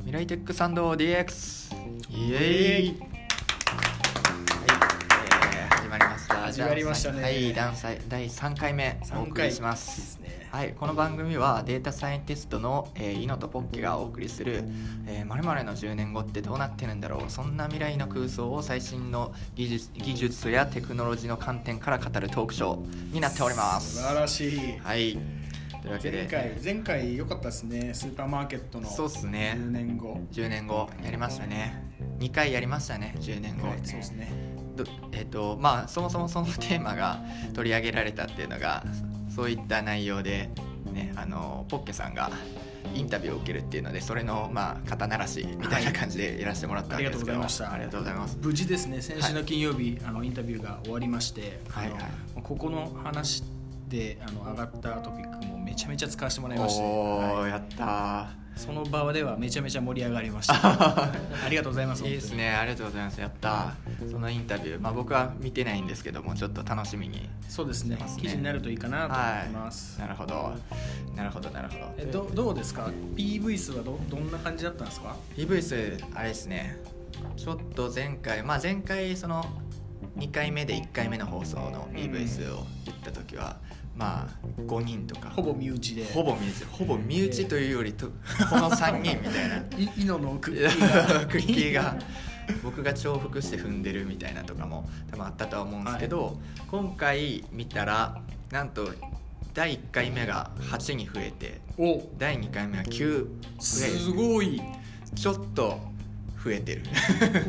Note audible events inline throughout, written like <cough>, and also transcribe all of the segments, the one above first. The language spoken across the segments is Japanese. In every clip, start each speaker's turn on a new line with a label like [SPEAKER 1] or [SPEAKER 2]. [SPEAKER 1] 未来テックサンド DX イエーイ、はいえー始まりました
[SPEAKER 2] 始まりましたね
[SPEAKER 1] はいダンサイ第3回目お
[SPEAKER 2] 三
[SPEAKER 1] 送
[SPEAKER 2] 回
[SPEAKER 1] りします
[SPEAKER 2] ですね。
[SPEAKER 1] はい、この番組はデータサイエンティストの、えー、イノとポッケがお送りする「えー、〇〇の10年後ってどうなってるんだろう」そんな未来の空想を最新の技術技術やテクノロジーの観点から語るトークショーになっております。
[SPEAKER 2] 素晴らしい。
[SPEAKER 1] はい、というわけ
[SPEAKER 2] 前
[SPEAKER 1] で
[SPEAKER 2] 回前回良かったですね。スーパーマーケットの
[SPEAKER 1] そうっすね
[SPEAKER 2] 10年後。
[SPEAKER 1] 10年後やりましたね2回やりましたね10年後、
[SPEAKER 2] はいそうですね。
[SPEAKER 1] どえっ、とまあそもそもそのテーマが取り上げられたっていうのがそういった内容で、ね、あのポッケさんがインタビューを受けるっていうのでそれのまあ肩慣らしみたいな感じでいらしてもらったんですけど、
[SPEAKER 2] ありがとうございました
[SPEAKER 1] ありがとうございます
[SPEAKER 2] 無事ですね。先週の金曜日、あのインタビューが終わりまして、
[SPEAKER 1] はいはい
[SPEAKER 2] あのここの話であの上がったトピックもめちゃめちゃ使わせてもらいまして、
[SPEAKER 1] おー
[SPEAKER 2] はい
[SPEAKER 1] やった
[SPEAKER 2] その場ではめちゃめちゃ盛り上が
[SPEAKER 1] <laughs>
[SPEAKER 2] りました。ありがとうございます。
[SPEAKER 1] ーいいですねありがとうございますやったーそのインタビュー、まあ、僕は見てないんですけどもちょっと楽しみに
[SPEAKER 2] 本当に。そうですね
[SPEAKER 1] してますね
[SPEAKER 2] 記事になるといいかなと思います。
[SPEAKER 1] なるほどなるほどなるほど
[SPEAKER 2] えどどうですか PV 数はどどんな感じだったんですか
[SPEAKER 1] EV 数あれですねちょっと前回まあ前回その2回目で1回目の放送の EV 数を言った時はまあ5人とか
[SPEAKER 2] ほぼ身内で
[SPEAKER 1] ほぼ身内ほぼ身内というよりとこの3人みたいな
[SPEAKER 2] いイノの <laughs>
[SPEAKER 1] <laughs>
[SPEAKER 2] ク
[SPEAKER 1] ク
[SPEAKER 2] ッキー
[SPEAKER 1] ッ
[SPEAKER 2] が
[SPEAKER 1] キーが僕が重複して踏んでるみたいなとかも多分あったとは思うんですけど、今回見たらなんと第1回目が8に増えて
[SPEAKER 2] お
[SPEAKER 1] 第2回目は9増え
[SPEAKER 2] すごい
[SPEAKER 1] ちょっと増えてる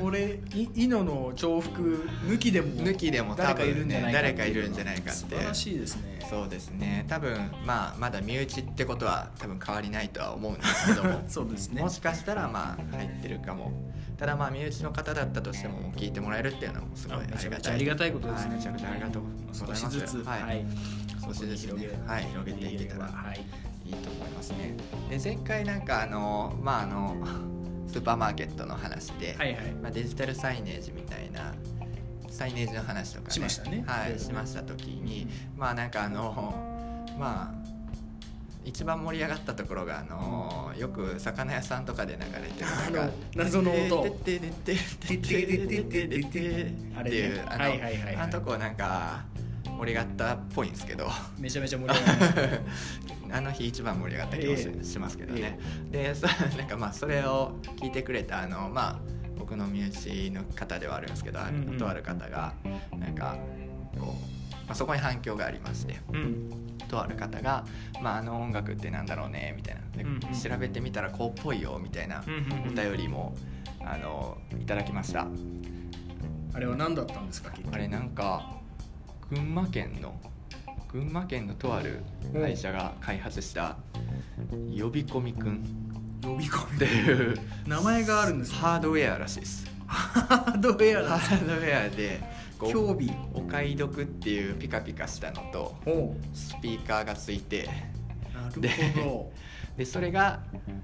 [SPEAKER 2] これいイノの重複抜きでも
[SPEAKER 1] 抜きでも多
[SPEAKER 2] 誰かい
[SPEAKER 1] 分
[SPEAKER 2] るんじ
[SPEAKER 1] ね
[SPEAKER 2] ゃないか
[SPEAKER 1] 誰かいるんじゃないかって
[SPEAKER 2] 素晴らしいですね
[SPEAKER 1] そうですね多分まあまだ身内ってことは多分変わりないとは思うんですけども
[SPEAKER 2] <laughs> そうですね
[SPEAKER 1] もしかしたらまあ入ってるかもただまあ身内の方だったとしても聞いてもらえるっていうのもすごいあ
[SPEAKER 2] めち
[SPEAKER 1] り
[SPEAKER 2] ゃ
[SPEAKER 1] が
[SPEAKER 2] くち
[SPEAKER 1] た
[SPEAKER 2] ゃ
[SPEAKER 1] い
[SPEAKER 2] ありがたいことですね、
[SPEAKER 1] はいめちゃくちゃありがとうござい
[SPEAKER 2] 少
[SPEAKER 1] ます
[SPEAKER 2] しずつ
[SPEAKER 1] はい少しずつねはい広げていけたら
[SPEAKER 2] はい
[SPEAKER 1] いいと思いますねで前回なんかあのまああの <laughs> スーパーマーケットの話で、
[SPEAKER 2] はいはい
[SPEAKER 1] まあ、デジタルサイネージみたいなサイネージの話とか、ね、
[SPEAKER 2] しましたね
[SPEAKER 1] はいい、
[SPEAKER 2] ろいろね
[SPEAKER 1] しました時にまあなんかあのまあ一番盛り上がったところがあのよく魚屋さんとかで流れてる
[SPEAKER 2] あ
[SPEAKER 1] なん
[SPEAKER 2] の
[SPEAKER 1] か
[SPEAKER 2] 謎の音
[SPEAKER 1] てってってってってってってってって
[SPEAKER 2] あ
[SPEAKER 1] って
[SPEAKER 2] れね
[SPEAKER 1] いうあの
[SPEAKER 2] はいはいはいはい
[SPEAKER 1] あのとこなんか盛り上がったっぽいんですけど。
[SPEAKER 2] めちゃめちゃ盛り上がりました <laughs>
[SPEAKER 1] あの日一番盛り上がった気もし,、
[SPEAKER 2] ええ
[SPEAKER 1] ますけどね、でそ <laughs> なんかまあそれを聞いてくれたあのまあ僕の身内の方ではあるんですけど、ある
[SPEAKER 2] うんうん
[SPEAKER 1] とある方がなんかこう、まあ、そこに反響がありまして
[SPEAKER 2] うん
[SPEAKER 1] とある方が「まあ、あの音楽ってなんだろうね」みたいなで、
[SPEAKER 2] うんうん
[SPEAKER 1] 調べてみたらこうっぽいよ」みたいな
[SPEAKER 2] うん
[SPEAKER 1] お
[SPEAKER 2] うんうん
[SPEAKER 1] 便りも、あのいただきました
[SPEAKER 2] あれは何だったんですか結局
[SPEAKER 1] あれなんか群馬県の群馬県のとある会社が開発した呼び込みくん
[SPEAKER 2] 呼び込
[SPEAKER 1] っ
[SPEAKER 2] み
[SPEAKER 1] ていう
[SPEAKER 2] 名前があるんですね
[SPEAKER 1] ハードウェアらしいです
[SPEAKER 2] ハードウェア
[SPEAKER 1] ハ
[SPEAKER 2] だ
[SPEAKER 1] ードウェアでこ
[SPEAKER 2] 興味
[SPEAKER 1] うお買い得っていうピカピカしたのと
[SPEAKER 2] お
[SPEAKER 1] スピーカーがついて
[SPEAKER 2] な
[SPEAKER 1] で
[SPEAKER 2] るほ
[SPEAKER 1] でそれが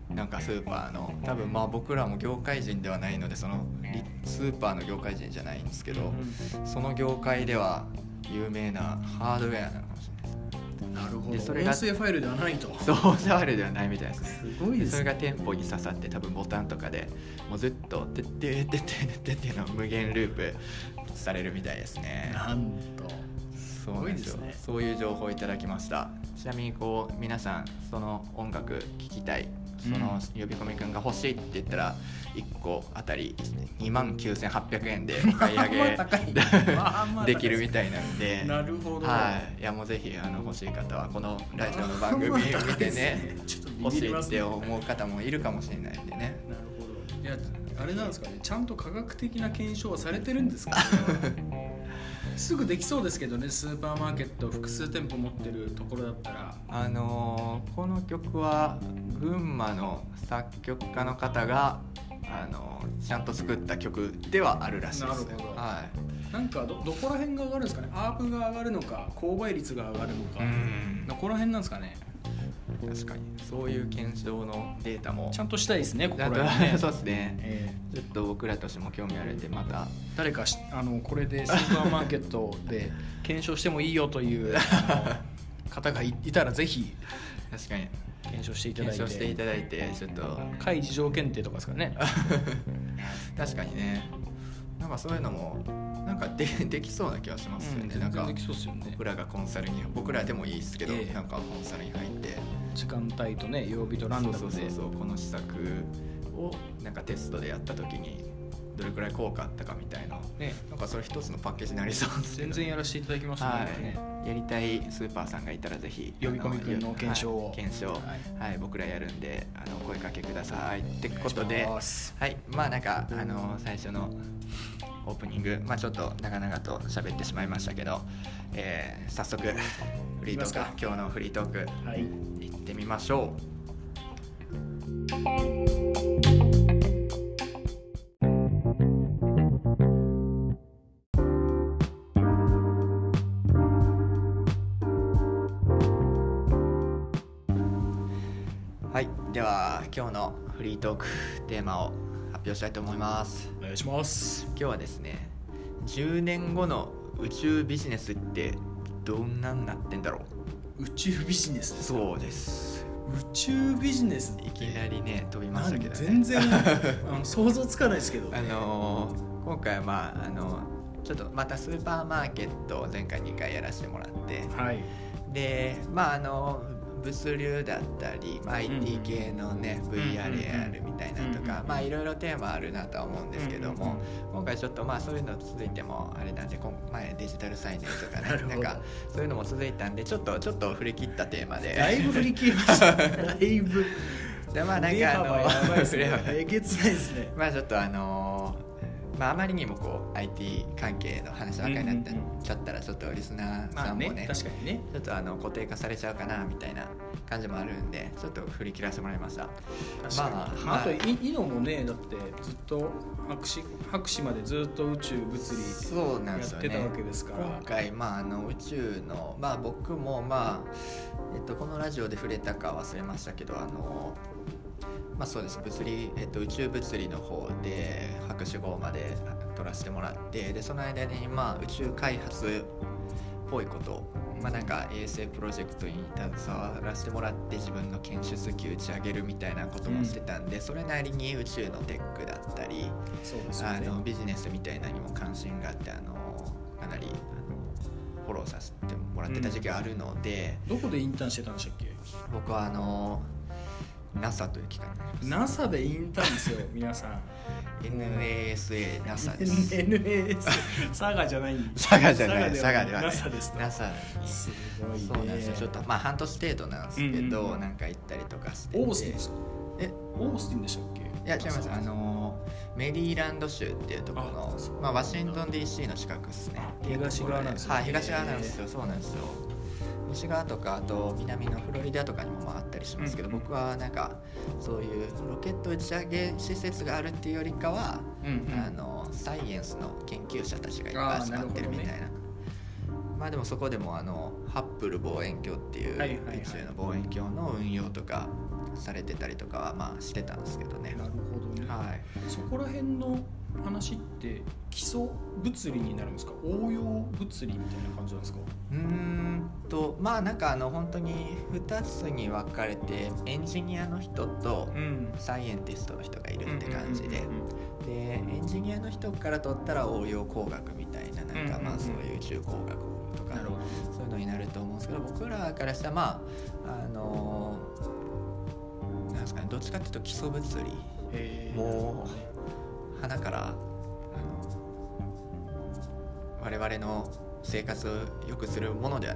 [SPEAKER 1] なんかスーパーの多分まあ僕らも業界人ではないのでそのリスーパーの業界人じゃないんですけ
[SPEAKER 2] ど
[SPEAKER 1] どその業界では有名なハードウェアなのかもしれないです
[SPEAKER 2] なるほど
[SPEAKER 1] で
[SPEAKER 2] 音
[SPEAKER 1] それが
[SPEAKER 2] 声ファイルではないと
[SPEAKER 1] そう触るではないみたいです
[SPEAKER 2] すごいです
[SPEAKER 1] それ
[SPEAKER 2] ね
[SPEAKER 1] が店舗に刺さって多分ボタンとかでもうずっと「てっててってって」っていうのを無限ループされるみたいですね
[SPEAKER 2] なんと
[SPEAKER 1] そうなんですよ
[SPEAKER 2] すごいですね
[SPEAKER 1] そういう情報をいただきましたちなみにこう皆さんその音楽聴きたいその呼び込みくんが欲しいって言ったら1個あたり2万9800円でお買い上
[SPEAKER 2] まあ
[SPEAKER 1] げ
[SPEAKER 2] 高いまあまあ高い
[SPEAKER 1] できるみたいなんで
[SPEAKER 2] <laughs> なるほど
[SPEAKER 1] はい、いやもうぜひあの欲しい方はこのラジオの番組を見
[SPEAKER 2] まあまあ高い
[SPEAKER 1] て
[SPEAKER 2] です
[SPEAKER 1] ね
[SPEAKER 2] <laughs> ちょっと
[SPEAKER 1] 欲
[SPEAKER 2] ビビ
[SPEAKER 1] し
[SPEAKER 2] り
[SPEAKER 1] い
[SPEAKER 2] ま
[SPEAKER 1] っ
[SPEAKER 2] すね
[SPEAKER 1] て
[SPEAKER 2] なるほ
[SPEAKER 1] 思う方もいるかもしれないんでね
[SPEAKER 2] どいやあれなんですかねちゃんと科学的な検証はされてる
[SPEAKER 1] <laughs>
[SPEAKER 2] んですかすぐできそうですけどねスーパーマーケット複数店舗持ってるところだったら
[SPEAKER 1] あのーこの曲は群馬の作曲家の方が、あのーちゃんと作った曲ではあるらしいです
[SPEAKER 2] なるほど
[SPEAKER 1] はい
[SPEAKER 2] なんかどどこら辺が上がるんですかねアープが上がるのか購買率が上がるの
[SPEAKER 1] う
[SPEAKER 2] か
[SPEAKER 1] ん
[SPEAKER 2] どこら辺なんですかね
[SPEAKER 1] 確かにそういう検証のデータも
[SPEAKER 2] ちゃんとしたいですねここら
[SPEAKER 1] あと
[SPEAKER 2] 辺
[SPEAKER 1] <laughs>
[SPEAKER 2] ね
[SPEAKER 1] そうですね
[SPEAKER 2] ええ
[SPEAKER 1] ちょっと僕らとしても興味あるんでまた
[SPEAKER 2] 誰かしあのこれでスーパーマーケットで検証してもいいよというあの方がいいたらぜひ
[SPEAKER 1] 確かに
[SPEAKER 2] 検証していただい
[SPEAKER 1] 検
[SPEAKER 2] て
[SPEAKER 1] 証していただいてちょっと
[SPEAKER 2] 会事情検定とかです
[SPEAKER 1] <laughs>
[SPEAKER 2] かね
[SPEAKER 1] 確かにねなんかそういうのもなんかでできそうな気がしますよね、
[SPEAKER 2] うん
[SPEAKER 1] なんか
[SPEAKER 2] 全然できそうっすよね
[SPEAKER 1] 僕らがコンサルに僕らでもいいですけど、
[SPEAKER 2] ええ
[SPEAKER 1] なんかコンサルに入って
[SPEAKER 2] 時間帯とね曜日とランダムで
[SPEAKER 1] そうそうそうそうこの施策をなんかテストでやった時にどれくらい効果あったかみたいな
[SPEAKER 2] ね
[SPEAKER 1] なんかそれ一つのパッケージになりそうですけ
[SPEAKER 2] 全
[SPEAKER 1] ど
[SPEAKER 2] 然やらせていただきますね,、
[SPEAKER 1] はい、やりたいスーパーさんがいたらぜひ
[SPEAKER 2] 呼び込み君の検証を
[SPEAKER 1] はい検証、
[SPEAKER 2] は
[SPEAKER 1] はい
[SPEAKER 2] い
[SPEAKER 1] 僕らやるんであのお声かけくださいって
[SPEAKER 2] と
[SPEAKER 1] ことではいまあなんかあの最初のオープニング、まあ、ちょっと長々と喋ってしまいましたけど、えー早速フリート
[SPEAKER 2] いきます
[SPEAKER 1] ー
[SPEAKER 2] か
[SPEAKER 1] ク今日のフリートーク
[SPEAKER 2] はい
[SPEAKER 1] 行ってみましょう。はい、では今日のフリートークテーマを発表したいと思います。
[SPEAKER 2] お願いします
[SPEAKER 1] 今日はですね、10年後の宇宙ビジネスってどんなんなってんだろ
[SPEAKER 2] 宇宙ビジネス
[SPEAKER 1] う。
[SPEAKER 2] です宇
[SPEAKER 1] そうです。
[SPEAKER 2] 宙ビジネス
[SPEAKER 1] いきなりね飛びま
[SPEAKER 2] な
[SPEAKER 1] し
[SPEAKER 2] ん
[SPEAKER 1] たけどね。<laughs>
[SPEAKER 2] 全然あの想像つかないですけど、
[SPEAKER 1] あのー今回はまああのちょっとまたスーパーマーケットを前回2回やらせてもらって
[SPEAKER 2] はい
[SPEAKER 1] でまああの物流だったり、まあ、
[SPEAKER 2] うんうん
[SPEAKER 1] IT 系のね、
[SPEAKER 2] んうん
[SPEAKER 1] VRAR みたいなのと
[SPEAKER 2] うんうん
[SPEAKER 1] か、
[SPEAKER 2] うん
[SPEAKER 1] まあいろいろテーマあるなとは思うんですけども、今回ちょっとまあそういうの続いてもあれなんで今前デジタルサイネスとか
[SPEAKER 2] <laughs> なる
[SPEAKER 1] ね
[SPEAKER 2] ほど
[SPEAKER 1] なんかそういうのも続いたんでちょっとちょっと振り切ったテーマで
[SPEAKER 2] だいぶ振り切りましただいぶ
[SPEAKER 1] <laughs> でまあなん
[SPEAKER 2] 振り
[SPEAKER 1] かあ
[SPEAKER 2] 幅
[SPEAKER 1] の
[SPEAKER 2] やば
[SPEAKER 1] <laughs>
[SPEAKER 2] いですね
[SPEAKER 1] 振れ幅
[SPEAKER 2] えげつないですね
[SPEAKER 1] まあちょっとあのーまああまりにもこう IT 関係の話ばっかりになっ
[SPEAKER 2] うんうんう
[SPEAKER 1] ちゃったらちょっとリスナー
[SPEAKER 2] ま
[SPEAKER 1] さん
[SPEAKER 2] あ
[SPEAKER 1] もね,、
[SPEAKER 2] ね確かにね
[SPEAKER 1] ちょっとあの固定化されちゃうかなみたいな感じもあるんでちょっと振り切らせてもらいました
[SPEAKER 2] 確かに
[SPEAKER 1] まあ
[SPEAKER 2] まあ、あと
[SPEAKER 1] はい
[SPEAKER 2] いイノもねだってずっと博士博士までずっと宇宙物理
[SPEAKER 1] そうなん
[SPEAKER 2] や
[SPEAKER 1] です
[SPEAKER 2] っ
[SPEAKER 1] よ
[SPEAKER 2] てた
[SPEAKER 1] ね
[SPEAKER 2] わけですから、
[SPEAKER 1] 今回、まあ、あの宇宙の、まあ、僕も、まあえっと、このラジオで触れたか忘れましたけどあの、まあ、そうです物理、えっと、宇宙物理の方で博士号まで取らせてもらってでその間に、まあ、宇宙開発っぽいこと、まあ、なんか衛星プロジェクトに携わらせてもらって自分の研修数級打ち上げるみたいなこともしてたんで、それなりに宇宙のテックだったり、
[SPEAKER 2] そうですよ
[SPEAKER 1] あ
[SPEAKER 2] ね
[SPEAKER 1] のビジネスみたいなのにも関心があってあのかなりあのフォローさせてもらってた時期があるので、
[SPEAKER 2] どこでインターンしてたんでしたっけ
[SPEAKER 1] 僕はあの NASA という機関になります
[SPEAKER 2] NASA でインターンです
[SPEAKER 1] <laughs>
[SPEAKER 2] よ皆さん
[SPEAKER 1] NASA NASA です
[SPEAKER 2] NAS 佐賀じゃないんで
[SPEAKER 1] 佐賀じゃない佐賀ではない
[SPEAKER 2] NASA ですね
[SPEAKER 1] NASA
[SPEAKER 2] すごいね
[SPEAKER 1] そうなんですよちょっとまあ半年程度なんですけど、
[SPEAKER 2] うんうんうん
[SPEAKER 1] なんか行ったりとかしてて
[SPEAKER 2] オースティンですか
[SPEAKER 1] え
[SPEAKER 2] オースティンでしたっけ
[SPEAKER 1] いや違いますあ
[SPEAKER 2] あ
[SPEAKER 1] のメリーランド州っていうところの
[SPEAKER 2] あそう
[SPEAKER 1] まあ、ワシントン DC の近くですね
[SPEAKER 2] 東側なんですよ
[SPEAKER 1] はい東側なんですよそうなんですよ西側とかあと南のフロリダとかにも回ったりしますけど、
[SPEAKER 2] うん
[SPEAKER 1] 僕はなんかそういうロケット打ち上げ施設があるっていうよりかは、
[SPEAKER 2] うんうん
[SPEAKER 1] あのサイエンスの研究者たちがいっぱい集まってるみたいな
[SPEAKER 2] あーな
[SPEAKER 1] まあでもそこでもあのハッブル望遠鏡っていう
[SPEAKER 2] はいはいはい
[SPEAKER 1] 宇宙の望遠鏡の運用とかされてたりとかはまあしてたんですけどね、
[SPEAKER 2] なるほどね、
[SPEAKER 1] はい、
[SPEAKER 2] そこら辺の話って基礎物理になるんですか応用物理みたいな感じなんですか
[SPEAKER 1] うーんとまあなんかあの本当に2つに分かれてエンジニアの人と
[SPEAKER 2] ん
[SPEAKER 1] サイエンティストの人がいるって感じで
[SPEAKER 2] うんうんうんうん
[SPEAKER 1] でエンジニアの人から取ったら応用工学みたいななん
[SPEAKER 2] うんうんう
[SPEAKER 1] か
[SPEAKER 2] ん
[SPEAKER 1] まあそういう宇宙工学とか
[SPEAKER 2] なるほど
[SPEAKER 1] そういうのになると思うんですけど僕らからしたらまああのーなんですかねどっちかっていうと基礎物理
[SPEAKER 2] えー
[SPEAKER 1] も花からあの我々の生活を良くするものでは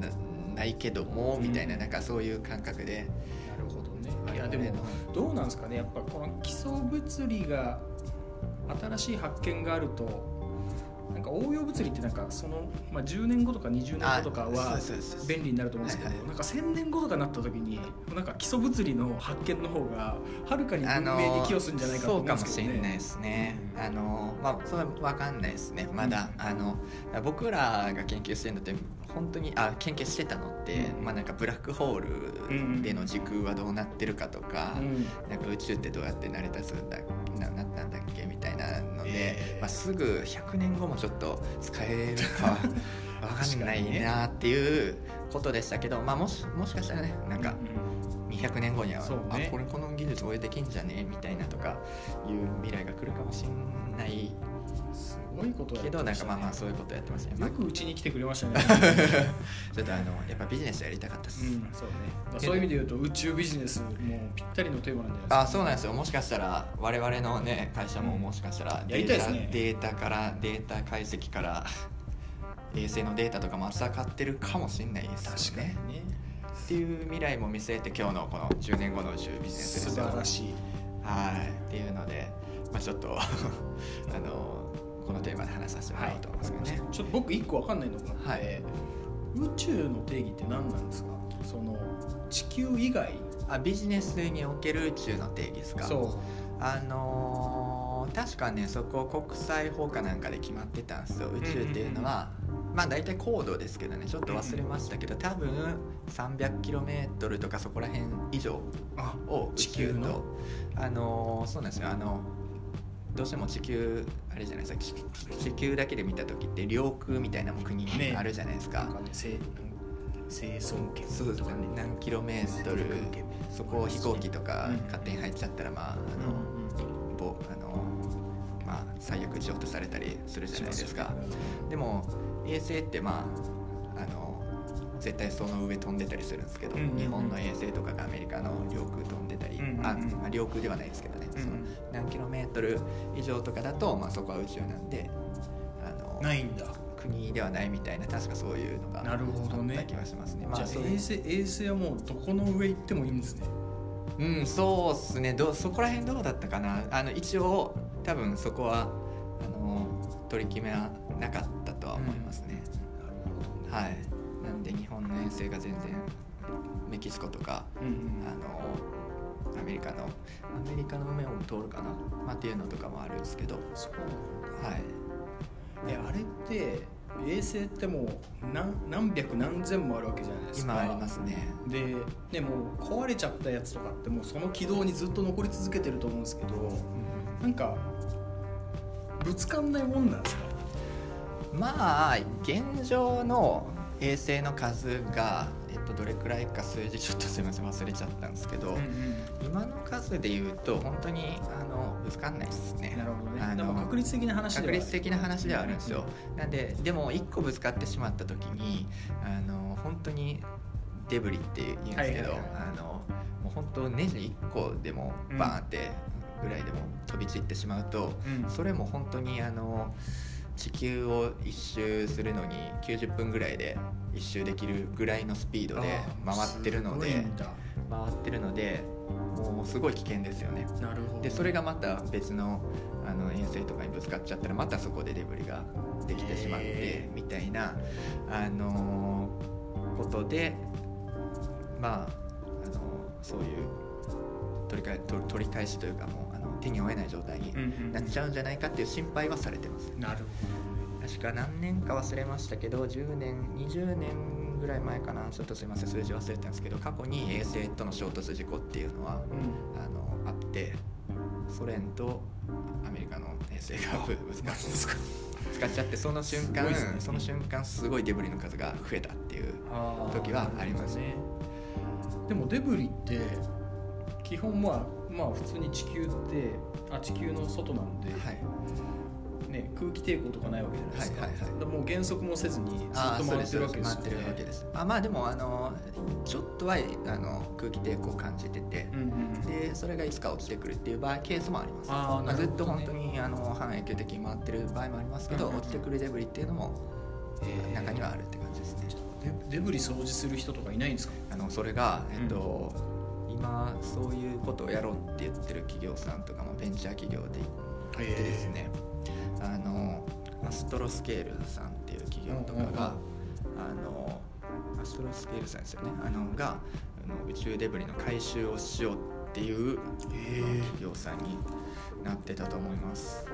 [SPEAKER 1] なないけども、
[SPEAKER 2] うん
[SPEAKER 1] みたいななんかそういう感覚で
[SPEAKER 2] なるほどねいや
[SPEAKER 1] 我
[SPEAKER 2] で
[SPEAKER 1] 々
[SPEAKER 2] も
[SPEAKER 1] の
[SPEAKER 2] どうなんですかねやっぱこの基礎物理が新しい発見があるとなんか応用物理ってなんかその、まあ、10年後とか20年後とかは
[SPEAKER 1] そうそうそう
[SPEAKER 2] 便利になると思うんですけど、
[SPEAKER 1] はいはい
[SPEAKER 2] なんか1000年後とかなった時になんか基礎物理の発見の方がはるかに
[SPEAKER 1] あ
[SPEAKER 2] 文
[SPEAKER 1] の
[SPEAKER 2] 明に寄与するんじゃないかと
[SPEAKER 1] そ
[SPEAKER 2] 思う
[SPEAKER 1] うんか
[SPEAKER 2] で
[SPEAKER 1] も
[SPEAKER 2] す
[SPEAKER 1] し
[SPEAKER 2] けど
[SPEAKER 1] れないで
[SPEAKER 2] ね。
[SPEAKER 1] すね
[SPEAKER 2] うん
[SPEAKER 1] あのまあそれは分かんないですねまだ、
[SPEAKER 2] う
[SPEAKER 1] あの僕らが研究してるのって本当にあ研究してたのって、
[SPEAKER 2] うん
[SPEAKER 1] まあなんかブラックホールでの時空はどうなってるかとか、
[SPEAKER 2] うん
[SPEAKER 1] なんか宇宙ってどうやって成り立つんだななったんだっけみたいなので、
[SPEAKER 2] ええ
[SPEAKER 1] まあ、すぐ100年後もちょっと使えるかわかんないなっていうことでしたけど、まあ、もしもしかしたらねなんか200年後には、
[SPEAKER 2] そうね
[SPEAKER 1] あこれこの技術俺できんじゃねみたいなとかいう未来が来るかもしんない
[SPEAKER 2] うんすごいことやっ
[SPEAKER 1] け
[SPEAKER 2] て
[SPEAKER 1] どな
[SPEAKER 2] ま
[SPEAKER 1] ん
[SPEAKER 2] し
[SPEAKER 1] か
[SPEAKER 2] た
[SPEAKER 1] まあまあ
[SPEAKER 2] ね
[SPEAKER 1] そういうことやってましたね、まあ <laughs>
[SPEAKER 2] よくうちに来てくれましたね
[SPEAKER 1] ちょっとあのやっぱビジネスやりたかったで
[SPEAKER 2] う
[SPEAKER 1] す、
[SPEAKER 2] んそうねだからそういう意味で言うと宇宙ビジネスもうぴったりのテーマなんじゃないですか
[SPEAKER 1] あそうなんですよもしかしたら我々のね会社ももしかしたら
[SPEAKER 2] やり
[SPEAKER 1] デ
[SPEAKER 2] た
[SPEAKER 1] ー
[SPEAKER 2] いで
[SPEAKER 1] タ,、
[SPEAKER 2] すね
[SPEAKER 1] データからデータ解析から衛星のデータとかも扱ってるかもしれないですよね
[SPEAKER 2] ね
[SPEAKER 1] っていう未来も見据えて今日のこの10年後の宇宙ビジネス
[SPEAKER 2] 素
[SPEAKER 1] です
[SPEAKER 2] 晴
[SPEAKER 1] よ
[SPEAKER 2] らしい
[SPEAKER 1] はいっていうので、まあ、ちょっと <laughs> あのこのテーマで話させてもらおうと思いますけどね、
[SPEAKER 2] ちょっと僕一個わかんないのがあって、
[SPEAKER 1] はい
[SPEAKER 2] 宇宙の定義って何なんですかその地球以外
[SPEAKER 1] あビジネスにおける宇宙の定義ですかあのー確かねそこ国際法かなんかで決まってたんですよ宇宙っていうのは、まあ大体高度ですけどねちょっと忘れましたけど多分 300km とかそこら辺以上
[SPEAKER 2] あ
[SPEAKER 1] を宇
[SPEAKER 2] 地
[SPEAKER 1] 宙
[SPEAKER 2] 球
[SPEAKER 1] と
[SPEAKER 2] の
[SPEAKER 1] あのーそうなんですよあのどうしても地球あれじゃないですか地地球だけで見た時って領空みたいな国
[SPEAKER 2] ね
[SPEAKER 1] あるじゃないです
[SPEAKER 2] な
[SPEAKER 1] か、
[SPEAKER 2] んかね生生存権
[SPEAKER 1] そうです
[SPEAKER 2] と
[SPEAKER 1] ね
[SPEAKER 2] かね
[SPEAKER 1] 何キロメートルそこを飛行機とか
[SPEAKER 2] うん
[SPEAKER 1] 勝手に入っちゃったらまああ
[SPEAKER 2] う
[SPEAKER 1] の、
[SPEAKER 2] んうん
[SPEAKER 1] ぼあのまあ最悪撃ち落とされたりするじゃないです
[SPEAKER 2] し
[SPEAKER 1] か
[SPEAKER 2] ますよね
[SPEAKER 1] でも衛星ってまああの絶対その上飛んでたりするんですけど、
[SPEAKER 2] うんうんうん
[SPEAKER 1] 日本の衛星とかがアメリカの領空飛んでたり、
[SPEAKER 2] うんうんうん
[SPEAKER 1] あまあ領空ではないですけどね、
[SPEAKER 2] うん
[SPEAKER 1] その何キロメートル以上とかだと、まあ、そこは宇宙なんであの
[SPEAKER 2] ないんだ
[SPEAKER 1] 国ではないみたいな確かそういうのが
[SPEAKER 2] なるほどね
[SPEAKER 1] あった気がしますね。ま
[SPEAKER 2] じ
[SPEAKER 1] あ
[SPEAKER 2] ゃあ
[SPEAKER 1] そう
[SPEAKER 2] 衛星衛星はもうどこの上行ってもいいんですね
[SPEAKER 1] うん、そうっすねどうそこら辺どうだったかなあの一応多分そこはあの取り決めはなかったとは思いますね、
[SPEAKER 2] なるほど
[SPEAKER 1] はいなんで日本の遠征が全然メキシコとか
[SPEAKER 2] うん
[SPEAKER 1] あのアメリカのアメリカの海を通るかな、まあ、っていうのとかもあるんですけど
[SPEAKER 2] そう
[SPEAKER 1] はい
[SPEAKER 2] えあれって衛星ってもう何何百何千もあるわけじゃないですか
[SPEAKER 1] 今ありますね
[SPEAKER 2] ででもう壊れちゃったやつとかってもうその軌道にずっと残り続けてると思うんですけどなんかぶつかんないもんなんですか
[SPEAKER 1] まあ現状の衛星の数が、えっと、どれくらいか数字ちょっとすいません忘れちゃったんですけど、今の数で言うと本当にあのぶつかんないですね
[SPEAKER 2] なるほど
[SPEAKER 1] あ
[SPEAKER 2] ね
[SPEAKER 1] の
[SPEAKER 2] でも確率的な話では
[SPEAKER 1] 確率的な話ではあるんですよなんででも1個ぶつかってしまった時にあの本当にデブリって言うんですけど、
[SPEAKER 2] はいはい
[SPEAKER 1] あのもう本当ネジ1個でもバーンってぐらいでも飛び散ってしまうと、
[SPEAKER 2] うん
[SPEAKER 1] それも本当にあの地球を一周するのに90分ぐらいで一周できるぐらいのスピードで回ってるの
[SPEAKER 2] あーすご
[SPEAKER 1] で
[SPEAKER 2] いんだ
[SPEAKER 1] 回ってるのでもうすごい危険ですよね
[SPEAKER 2] なるほど
[SPEAKER 1] でそれがまた別のあの遠征とかにぶつかっちゃったらまたそこでデブリができてしまって
[SPEAKER 2] へ
[SPEAKER 1] みたいな、あのーことでまあ、あのーそういう取りかえ取取り返しというかもうあの手に負えない状態に
[SPEAKER 2] うんうん
[SPEAKER 1] なっちゃうんじゃないかっていう心配はされてます。
[SPEAKER 2] なる
[SPEAKER 1] 確か何年か忘れましたけど10年20年ぐらい前かなちょっとすいません数字忘れてたんですけど過去に衛星との衝突事故っていうのは
[SPEAKER 2] ほど、うん
[SPEAKER 1] あのあってソ連とアメリカの衛星が
[SPEAKER 2] <laughs>
[SPEAKER 1] ぶぶつかっ
[SPEAKER 2] ですか
[SPEAKER 1] ぶつかっちゃってその瞬
[SPEAKER 2] す
[SPEAKER 1] 間、
[SPEAKER 2] ごいっすね
[SPEAKER 1] その瞬間すごいデブリの数が増えたっていう時はあります
[SPEAKER 2] ねでもデブリって基本まあまあ普通に地球ってあ地球の外なんで、
[SPEAKER 1] はい
[SPEAKER 2] ね、空気抵抗とかないわけじゃないですか、
[SPEAKER 1] はいはいはい
[SPEAKER 2] でもう減速もせずにずっと
[SPEAKER 1] あーそう
[SPEAKER 2] 回
[SPEAKER 1] で
[SPEAKER 2] っ
[SPEAKER 1] す
[SPEAKER 2] てるわけで
[SPEAKER 1] 回
[SPEAKER 2] す
[SPEAKER 1] ってるわけ
[SPEAKER 2] ね
[SPEAKER 1] ですあまあでもあのちょっとはあの空気抵抗を感じてて
[SPEAKER 2] う、んうん
[SPEAKER 1] でそれがいつか落ちてくるっていう場合ケースもあります
[SPEAKER 2] あー
[SPEAKER 1] ま
[SPEAKER 2] な
[SPEAKER 1] ず
[SPEAKER 2] る
[SPEAKER 1] っ
[SPEAKER 2] ほどね
[SPEAKER 1] と本当にあの半永久的に回ってる場合もありますけど、
[SPEAKER 2] うんうんうん
[SPEAKER 1] 落ちてくるデブリっていうのも
[SPEAKER 2] えー
[SPEAKER 1] 中にはあるって感じですね、
[SPEAKER 2] デデブリ掃除する人とかいないんですか
[SPEAKER 1] あのそれが、えっと今そういうことをやろうって言ってる企業さんとかもベンチャー企業でいてですね、あのアストロスケールさんっていう企業とかが、あのアストロスケールさんですよねあのがあの宇宙デブリの回収をしようっていう
[SPEAKER 2] へー
[SPEAKER 1] 企業さんになってたと思います。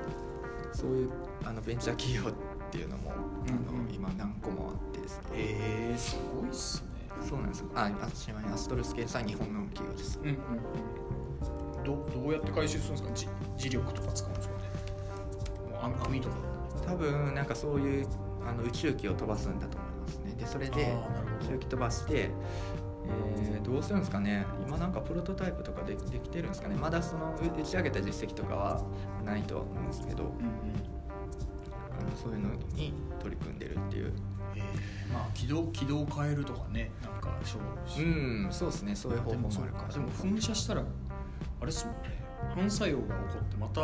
[SPEAKER 1] そういうあのベンチャー企業っていうのも、
[SPEAKER 2] うん
[SPEAKER 1] あ
[SPEAKER 2] うん
[SPEAKER 1] の今何個もあってですね。
[SPEAKER 2] えー、すごいっすね
[SPEAKER 1] そうなんですよ。あ、あちなみにアストルスケールさんは日本の企業です。
[SPEAKER 2] うんうんうんどどうやって回収するんですかじ磁力とか使うんですかねもう網網とか
[SPEAKER 1] 多分なんかそういうあの宇宙機を飛ばすんだと思いますね。でそれで
[SPEAKER 2] あーなるほど
[SPEAKER 1] 吹き飛ばして、えーどうするんですかね今なんかプロトタイプとかでできてるんですかねまだそのう打ち上げた実績とかはないとは思うんですけど
[SPEAKER 2] うんうん
[SPEAKER 1] あのそういうのに取り組んでるっていう
[SPEAKER 2] まあ軌道軌道を変えるとかねなんかそう
[SPEAKER 1] うんそうですねそういう方
[SPEAKER 2] で
[SPEAKER 1] 法
[SPEAKER 2] も
[SPEAKER 1] も
[SPEAKER 2] そ
[SPEAKER 1] あ
[SPEAKER 2] う
[SPEAKER 1] るか
[SPEAKER 2] からでも噴射したらあれっすもんね反作用が起こってまた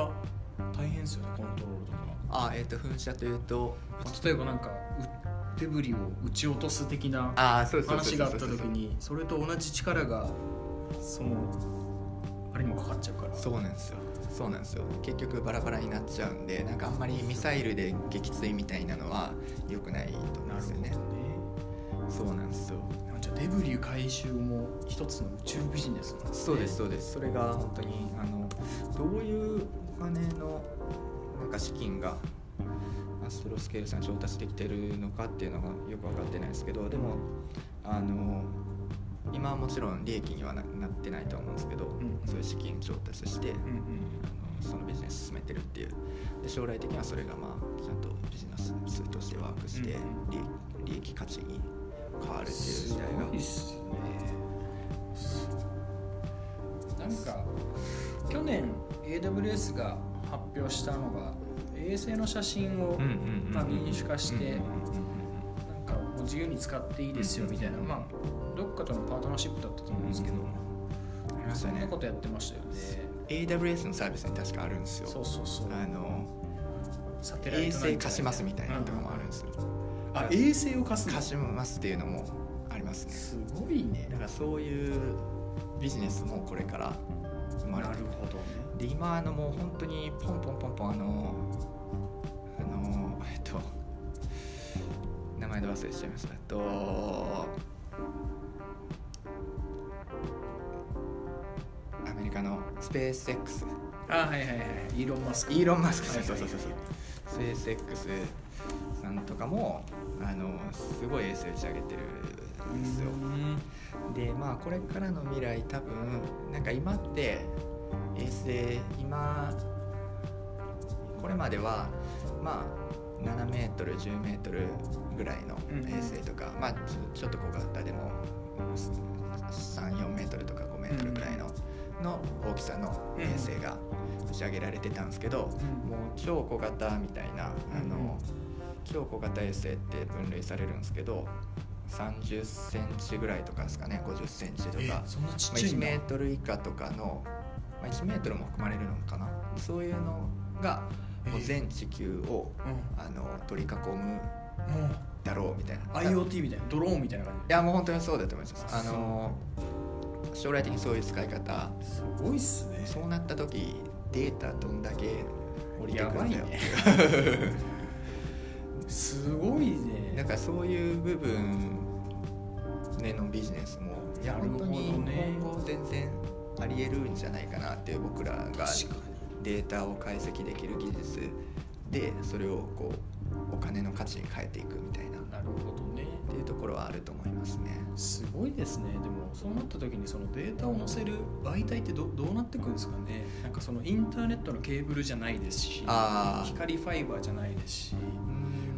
[SPEAKER 2] 大変っすよねコントロールとか
[SPEAKER 1] あえっ、と噴射というと
[SPEAKER 2] 例えばなんかうデブリを撃ち落とす的な
[SPEAKER 1] ああそうそうそうそ
[SPEAKER 2] 話が
[SPEAKER 1] う
[SPEAKER 2] あった時にそれと同じ力がそのあれにもかかっちゃうから
[SPEAKER 1] そうなんですよそうなんですよ結局バラバラになっちゃうんでなんかあんまりミサイルで撃墜みたいなのは良くないと思うん
[SPEAKER 2] な
[SPEAKER 1] で
[SPEAKER 2] る
[SPEAKER 1] す
[SPEAKER 2] ほ
[SPEAKER 1] よ
[SPEAKER 2] どね
[SPEAKER 1] ねそうなんですよ
[SPEAKER 2] あじゃあデブリ回収も一つの宇宙ビジネスなんですね
[SPEAKER 1] そうですそうですそれが本当にあのどういうお金のなんか資金がアストロスケールさん調達できてるのかっていうのがよく分かってないですけどでもあの今はもちろん利益にはななってないと思うんですけど、
[SPEAKER 2] ん
[SPEAKER 1] そういう資金調達して、
[SPEAKER 2] うんうん
[SPEAKER 1] あのそのビジネス進めてるっていうで将来的にはそれがまあちゃんとビジネスとしてワークして
[SPEAKER 2] うん
[SPEAKER 1] 利益利益価値に変わるっていう
[SPEAKER 2] す
[SPEAKER 1] 時代
[SPEAKER 2] ごいっ
[SPEAKER 1] が
[SPEAKER 2] すねなんか去年 AWS が発表したのが衛星の写真を、まあ、民主化して、なんかもう自由に使っていいですよみたいな、まあどっかとのパートナーシップだったと思うんですけど、
[SPEAKER 1] ありまし
[SPEAKER 2] そ
[SPEAKER 1] た
[SPEAKER 2] んな
[SPEAKER 1] ね
[SPEAKER 2] ことやってましたよね
[SPEAKER 1] AWS のサービスに確かあるんですよ
[SPEAKER 2] そうそうそう
[SPEAKER 1] あの
[SPEAKER 2] サテライ
[SPEAKER 1] 衛
[SPEAKER 2] トなんじゃな
[SPEAKER 1] 星貸しますみたいなのとかもあるんですよ
[SPEAKER 2] あ衛星を貸すの
[SPEAKER 1] 貸しますっていうのもありますね
[SPEAKER 2] すごいね
[SPEAKER 1] だからそういうビジネスもこれから生まれ
[SPEAKER 2] な
[SPEAKER 1] て
[SPEAKER 2] る
[SPEAKER 1] くる
[SPEAKER 2] ほどね
[SPEAKER 1] で今あのもう本当にポンポンポンポンあのあのえっと名前で忘れちゃいましたえっとアメリカのスペース X
[SPEAKER 2] あはいはいはいイーロン・マスク
[SPEAKER 1] イーロン・マスクさん、
[SPEAKER 2] はいはいはい
[SPEAKER 1] そうそうそうそうスペース X さんとかもあのすごい衛星打ち上げてるんですよ、
[SPEAKER 2] うん
[SPEAKER 1] でまあこれからの未来多分なんか今って衛星今これまではまあ7メートル10メートルぐらいの
[SPEAKER 2] うん
[SPEAKER 1] 衛星とか、まあちょちょっと小型でも34メートルとか5メートルぐらいの,、の大きさの衛星が打ち上げられてたんですけど、
[SPEAKER 2] うん
[SPEAKER 1] もう超小型みたいなあ
[SPEAKER 2] うんうん
[SPEAKER 1] の超小型衛星って分類されるんですけど30センチぐらいとかですかね50センチとか、
[SPEAKER 2] え
[SPEAKER 1] ま
[SPEAKER 2] そんなち
[SPEAKER 1] あ、
[SPEAKER 2] っちゃい
[SPEAKER 1] 1
[SPEAKER 2] んだ
[SPEAKER 1] メートル以下とかの、まあ、1メートルも含まれるのかなそういうのがもう全地球を
[SPEAKER 2] う
[SPEAKER 1] あの取り囲む
[SPEAKER 2] んもう
[SPEAKER 1] だろうみたいな。
[SPEAKER 2] IoT みたいなドローンみたいな感
[SPEAKER 1] いやもう本当にそうだと思います。あの将来的にそういう使い方
[SPEAKER 2] じすごいっすね
[SPEAKER 1] そうなった時データどんだけ降りてくるんだ
[SPEAKER 2] や
[SPEAKER 1] よ
[SPEAKER 2] ばいね <laughs> すごい
[SPEAKER 1] な
[SPEAKER 2] ね
[SPEAKER 1] んかそういう部分でのビジネスもいや
[SPEAKER 2] なる
[SPEAKER 1] 本
[SPEAKER 2] ほ
[SPEAKER 1] 当
[SPEAKER 2] ど
[SPEAKER 1] に
[SPEAKER 2] ね
[SPEAKER 1] 今後全然ありえるんじゃないかなっていう僕らが
[SPEAKER 2] 確かに
[SPEAKER 1] データを解析できる技術でそれをこうお金の価値に変えていくみたいなっ
[SPEAKER 2] なるほどね
[SPEAKER 1] ていうところはあると思いますね。
[SPEAKER 2] すごいですねでもそうなった時にそのデータを載せる媒体ってどどうなってくるんですかねなんかそのインターネットのケーブルじゃないですし
[SPEAKER 1] あー
[SPEAKER 2] 光ファイバーじゃないですし、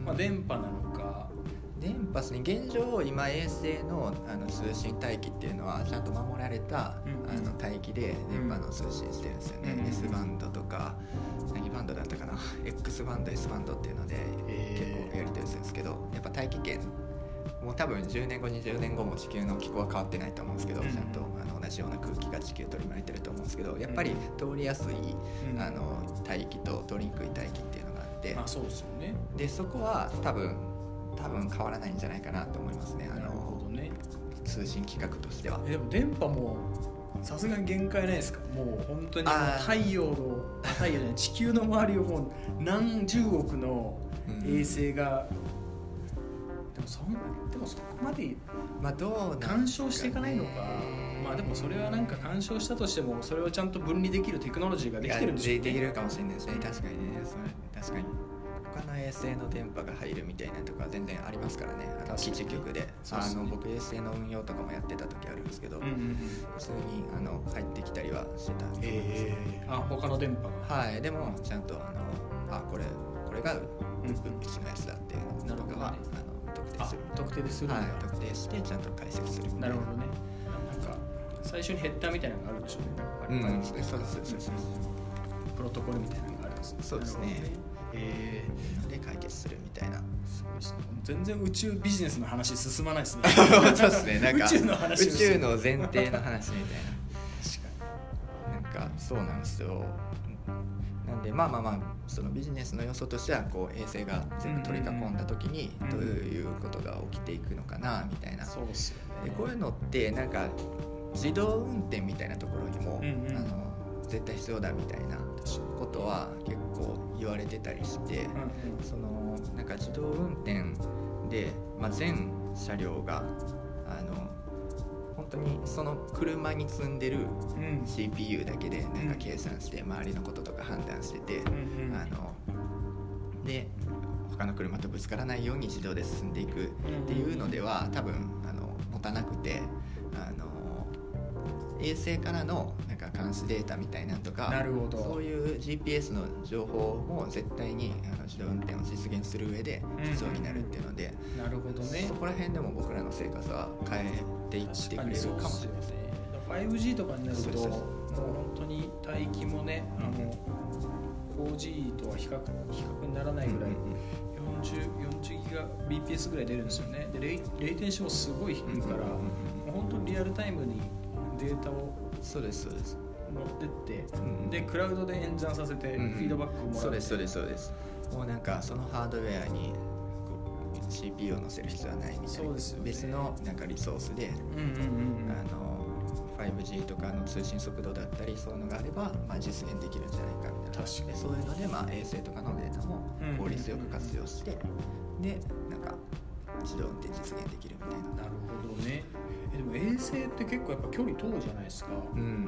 [SPEAKER 2] まあ、電波なのか
[SPEAKER 1] 電波ですね現状今衛星のあの通信帯域っていうのはちゃんと守られた、
[SPEAKER 2] うん
[SPEAKER 1] あの帯域で電波の通信してるんですよね、
[SPEAKER 2] うん
[SPEAKER 1] S バンドとか何バンドだったかな X バンド S バンドっていうので結
[SPEAKER 2] え
[SPEAKER 1] 構やり取りするんですけどやっぱ大気圏もう多分10年後20年後も地球の気候は変わってないと思うんですけど、
[SPEAKER 2] うん
[SPEAKER 1] ちゃんとあの同じような空気が地球取り巻いてると思うんですけどやっぱり通りやすい、
[SPEAKER 2] うん
[SPEAKER 1] あの帯域と通りにくい帯域っていうのがあって、
[SPEAKER 2] まあそうですよね
[SPEAKER 1] でそこは多分多分変わらないんじゃないかなと思いますねあ
[SPEAKER 2] なるほ
[SPEAKER 1] の
[SPEAKER 2] どね
[SPEAKER 1] 通信規格としては
[SPEAKER 2] えでも電波もさすがに限界ないですかもう本当にもう
[SPEAKER 1] あー
[SPEAKER 2] 太陽の太陽じゃない地球の周りをもう何十億の
[SPEAKER 1] うん
[SPEAKER 2] 衛星が、でもそんなでもそこまで
[SPEAKER 1] まあどうなん
[SPEAKER 2] 干
[SPEAKER 1] ですかね
[SPEAKER 2] 渉していかないのかまあでもそれはなんか干渉したとしてもそれをちゃんと分離できるテクノロジーができてるんでしょう
[SPEAKER 1] いやででき
[SPEAKER 2] ね
[SPEAKER 1] るかもしれないですね確かにねそれ確かに他の衛星の電波が入るみたいなとか全然ありますからねあの
[SPEAKER 2] 確かに
[SPEAKER 1] 基地局で
[SPEAKER 2] そうっ
[SPEAKER 1] あ
[SPEAKER 2] すね
[SPEAKER 1] の僕衛星の運用とかもやってた時あるんですけど、
[SPEAKER 2] うんうんうん
[SPEAKER 1] 普通にあの入ってきたりはしてたんです
[SPEAKER 2] えー、あ他の電波が
[SPEAKER 1] はいでもちゃんとあのあこれこれがう,、
[SPEAKER 2] うん
[SPEAKER 1] ちのやつだっていうのとかは、
[SPEAKER 2] なるほ
[SPEAKER 1] あの特定
[SPEAKER 2] あ
[SPEAKER 1] するみたい
[SPEAKER 2] 特定でするん
[SPEAKER 1] な
[SPEAKER 2] だ、
[SPEAKER 1] はい、特定してちゃんと解析するみたい
[SPEAKER 2] なるほどねなんか最初にヘッダーみたいなのがあるんでしょうねなんか
[SPEAKER 1] う
[SPEAKER 2] あれ
[SPEAKER 1] んそ
[SPEAKER 2] から、
[SPEAKER 1] うですそうですそうです
[SPEAKER 2] プロトコルみたいなのがあるんですね
[SPEAKER 1] そうですね
[SPEAKER 2] なるほどえー
[SPEAKER 1] で解決するみたい
[SPEAKER 2] <laughs>
[SPEAKER 1] な
[SPEAKER 2] すごいですね全然宇宙ビジネスの話進まないですね
[SPEAKER 1] そうですねなんか
[SPEAKER 2] 宇宙の話を
[SPEAKER 1] 宇
[SPEAKER 2] する
[SPEAKER 1] 宙の前提の話みたいな
[SPEAKER 2] 確かに
[SPEAKER 1] なんかそうなんですよなんでまあまあまあそのビジネスの要素としてはこう衛星が全部取り囲んだ時に
[SPEAKER 2] うんうん
[SPEAKER 1] ど
[SPEAKER 2] う
[SPEAKER 1] うんいうことが起きていくのかなみたいな
[SPEAKER 2] そうですよ
[SPEAKER 1] で
[SPEAKER 2] ね
[SPEAKER 1] こういうのってなんか自動運転みたいなところにも、
[SPEAKER 2] うんうん
[SPEAKER 1] あの絶対必要だみたいなことは結構言われてたりして、そのなんか自動運転で、まあ、全車両があの本当にその車に積んでる
[SPEAKER 2] うんうん
[SPEAKER 1] CPU だけでなん
[SPEAKER 2] う
[SPEAKER 1] か
[SPEAKER 2] ん
[SPEAKER 1] 計算して周りのこととか判断してて、
[SPEAKER 2] うんうん
[SPEAKER 1] あので他の車とぶつからないように自動で進んでいくっていうのでは多分あの持たなくてあの衛星からのなんか監視データみたいなのとか
[SPEAKER 2] なるほど
[SPEAKER 1] そういう GPS の情報も絶対にあの自動運転を実現する上で必要になるっていうので、
[SPEAKER 2] なるほどね
[SPEAKER 1] そこら辺でも僕らの生活は変えていってくれるかもしれない。
[SPEAKER 2] ない 5G とかになると
[SPEAKER 1] そうです
[SPEAKER 2] も
[SPEAKER 1] そうです
[SPEAKER 2] う本当に帯域もねあの 4G とは比較比較にならないぐらい
[SPEAKER 1] うんうんうん
[SPEAKER 2] 40, 40ギガ BPS ぐらい出るんですよねでレイレイテンションもすごい低いから
[SPEAKER 1] うんうんうん
[SPEAKER 2] もう本当にリアルタイムにデータを
[SPEAKER 1] そうですそうです。
[SPEAKER 2] 持ってって
[SPEAKER 1] うんうん
[SPEAKER 2] でクラウドで演算させてフ
[SPEAKER 1] うん
[SPEAKER 2] ィードバックをもらって
[SPEAKER 1] そうですそうですそうですもうなんかそのハードウェアにこう CPU を載せる必要はないみたい
[SPEAKER 2] そう
[SPEAKER 1] な
[SPEAKER 2] ですよね
[SPEAKER 1] 別のなんかリソースで、
[SPEAKER 2] うんうんうんうん
[SPEAKER 1] あの 5G とかの通信速度だったりそういうのがあれば、まあ、実現できるんじゃないかみたいな
[SPEAKER 2] 確かに
[SPEAKER 1] でそういうので、まあ、衛星とかのデータも
[SPEAKER 2] うん
[SPEAKER 1] 効率よく活用して、でなんか自動運転実現できるみたいな。
[SPEAKER 2] なるほどねえでも衛星って結構やっぱ距離遠いじゃないですか
[SPEAKER 1] うんうんうん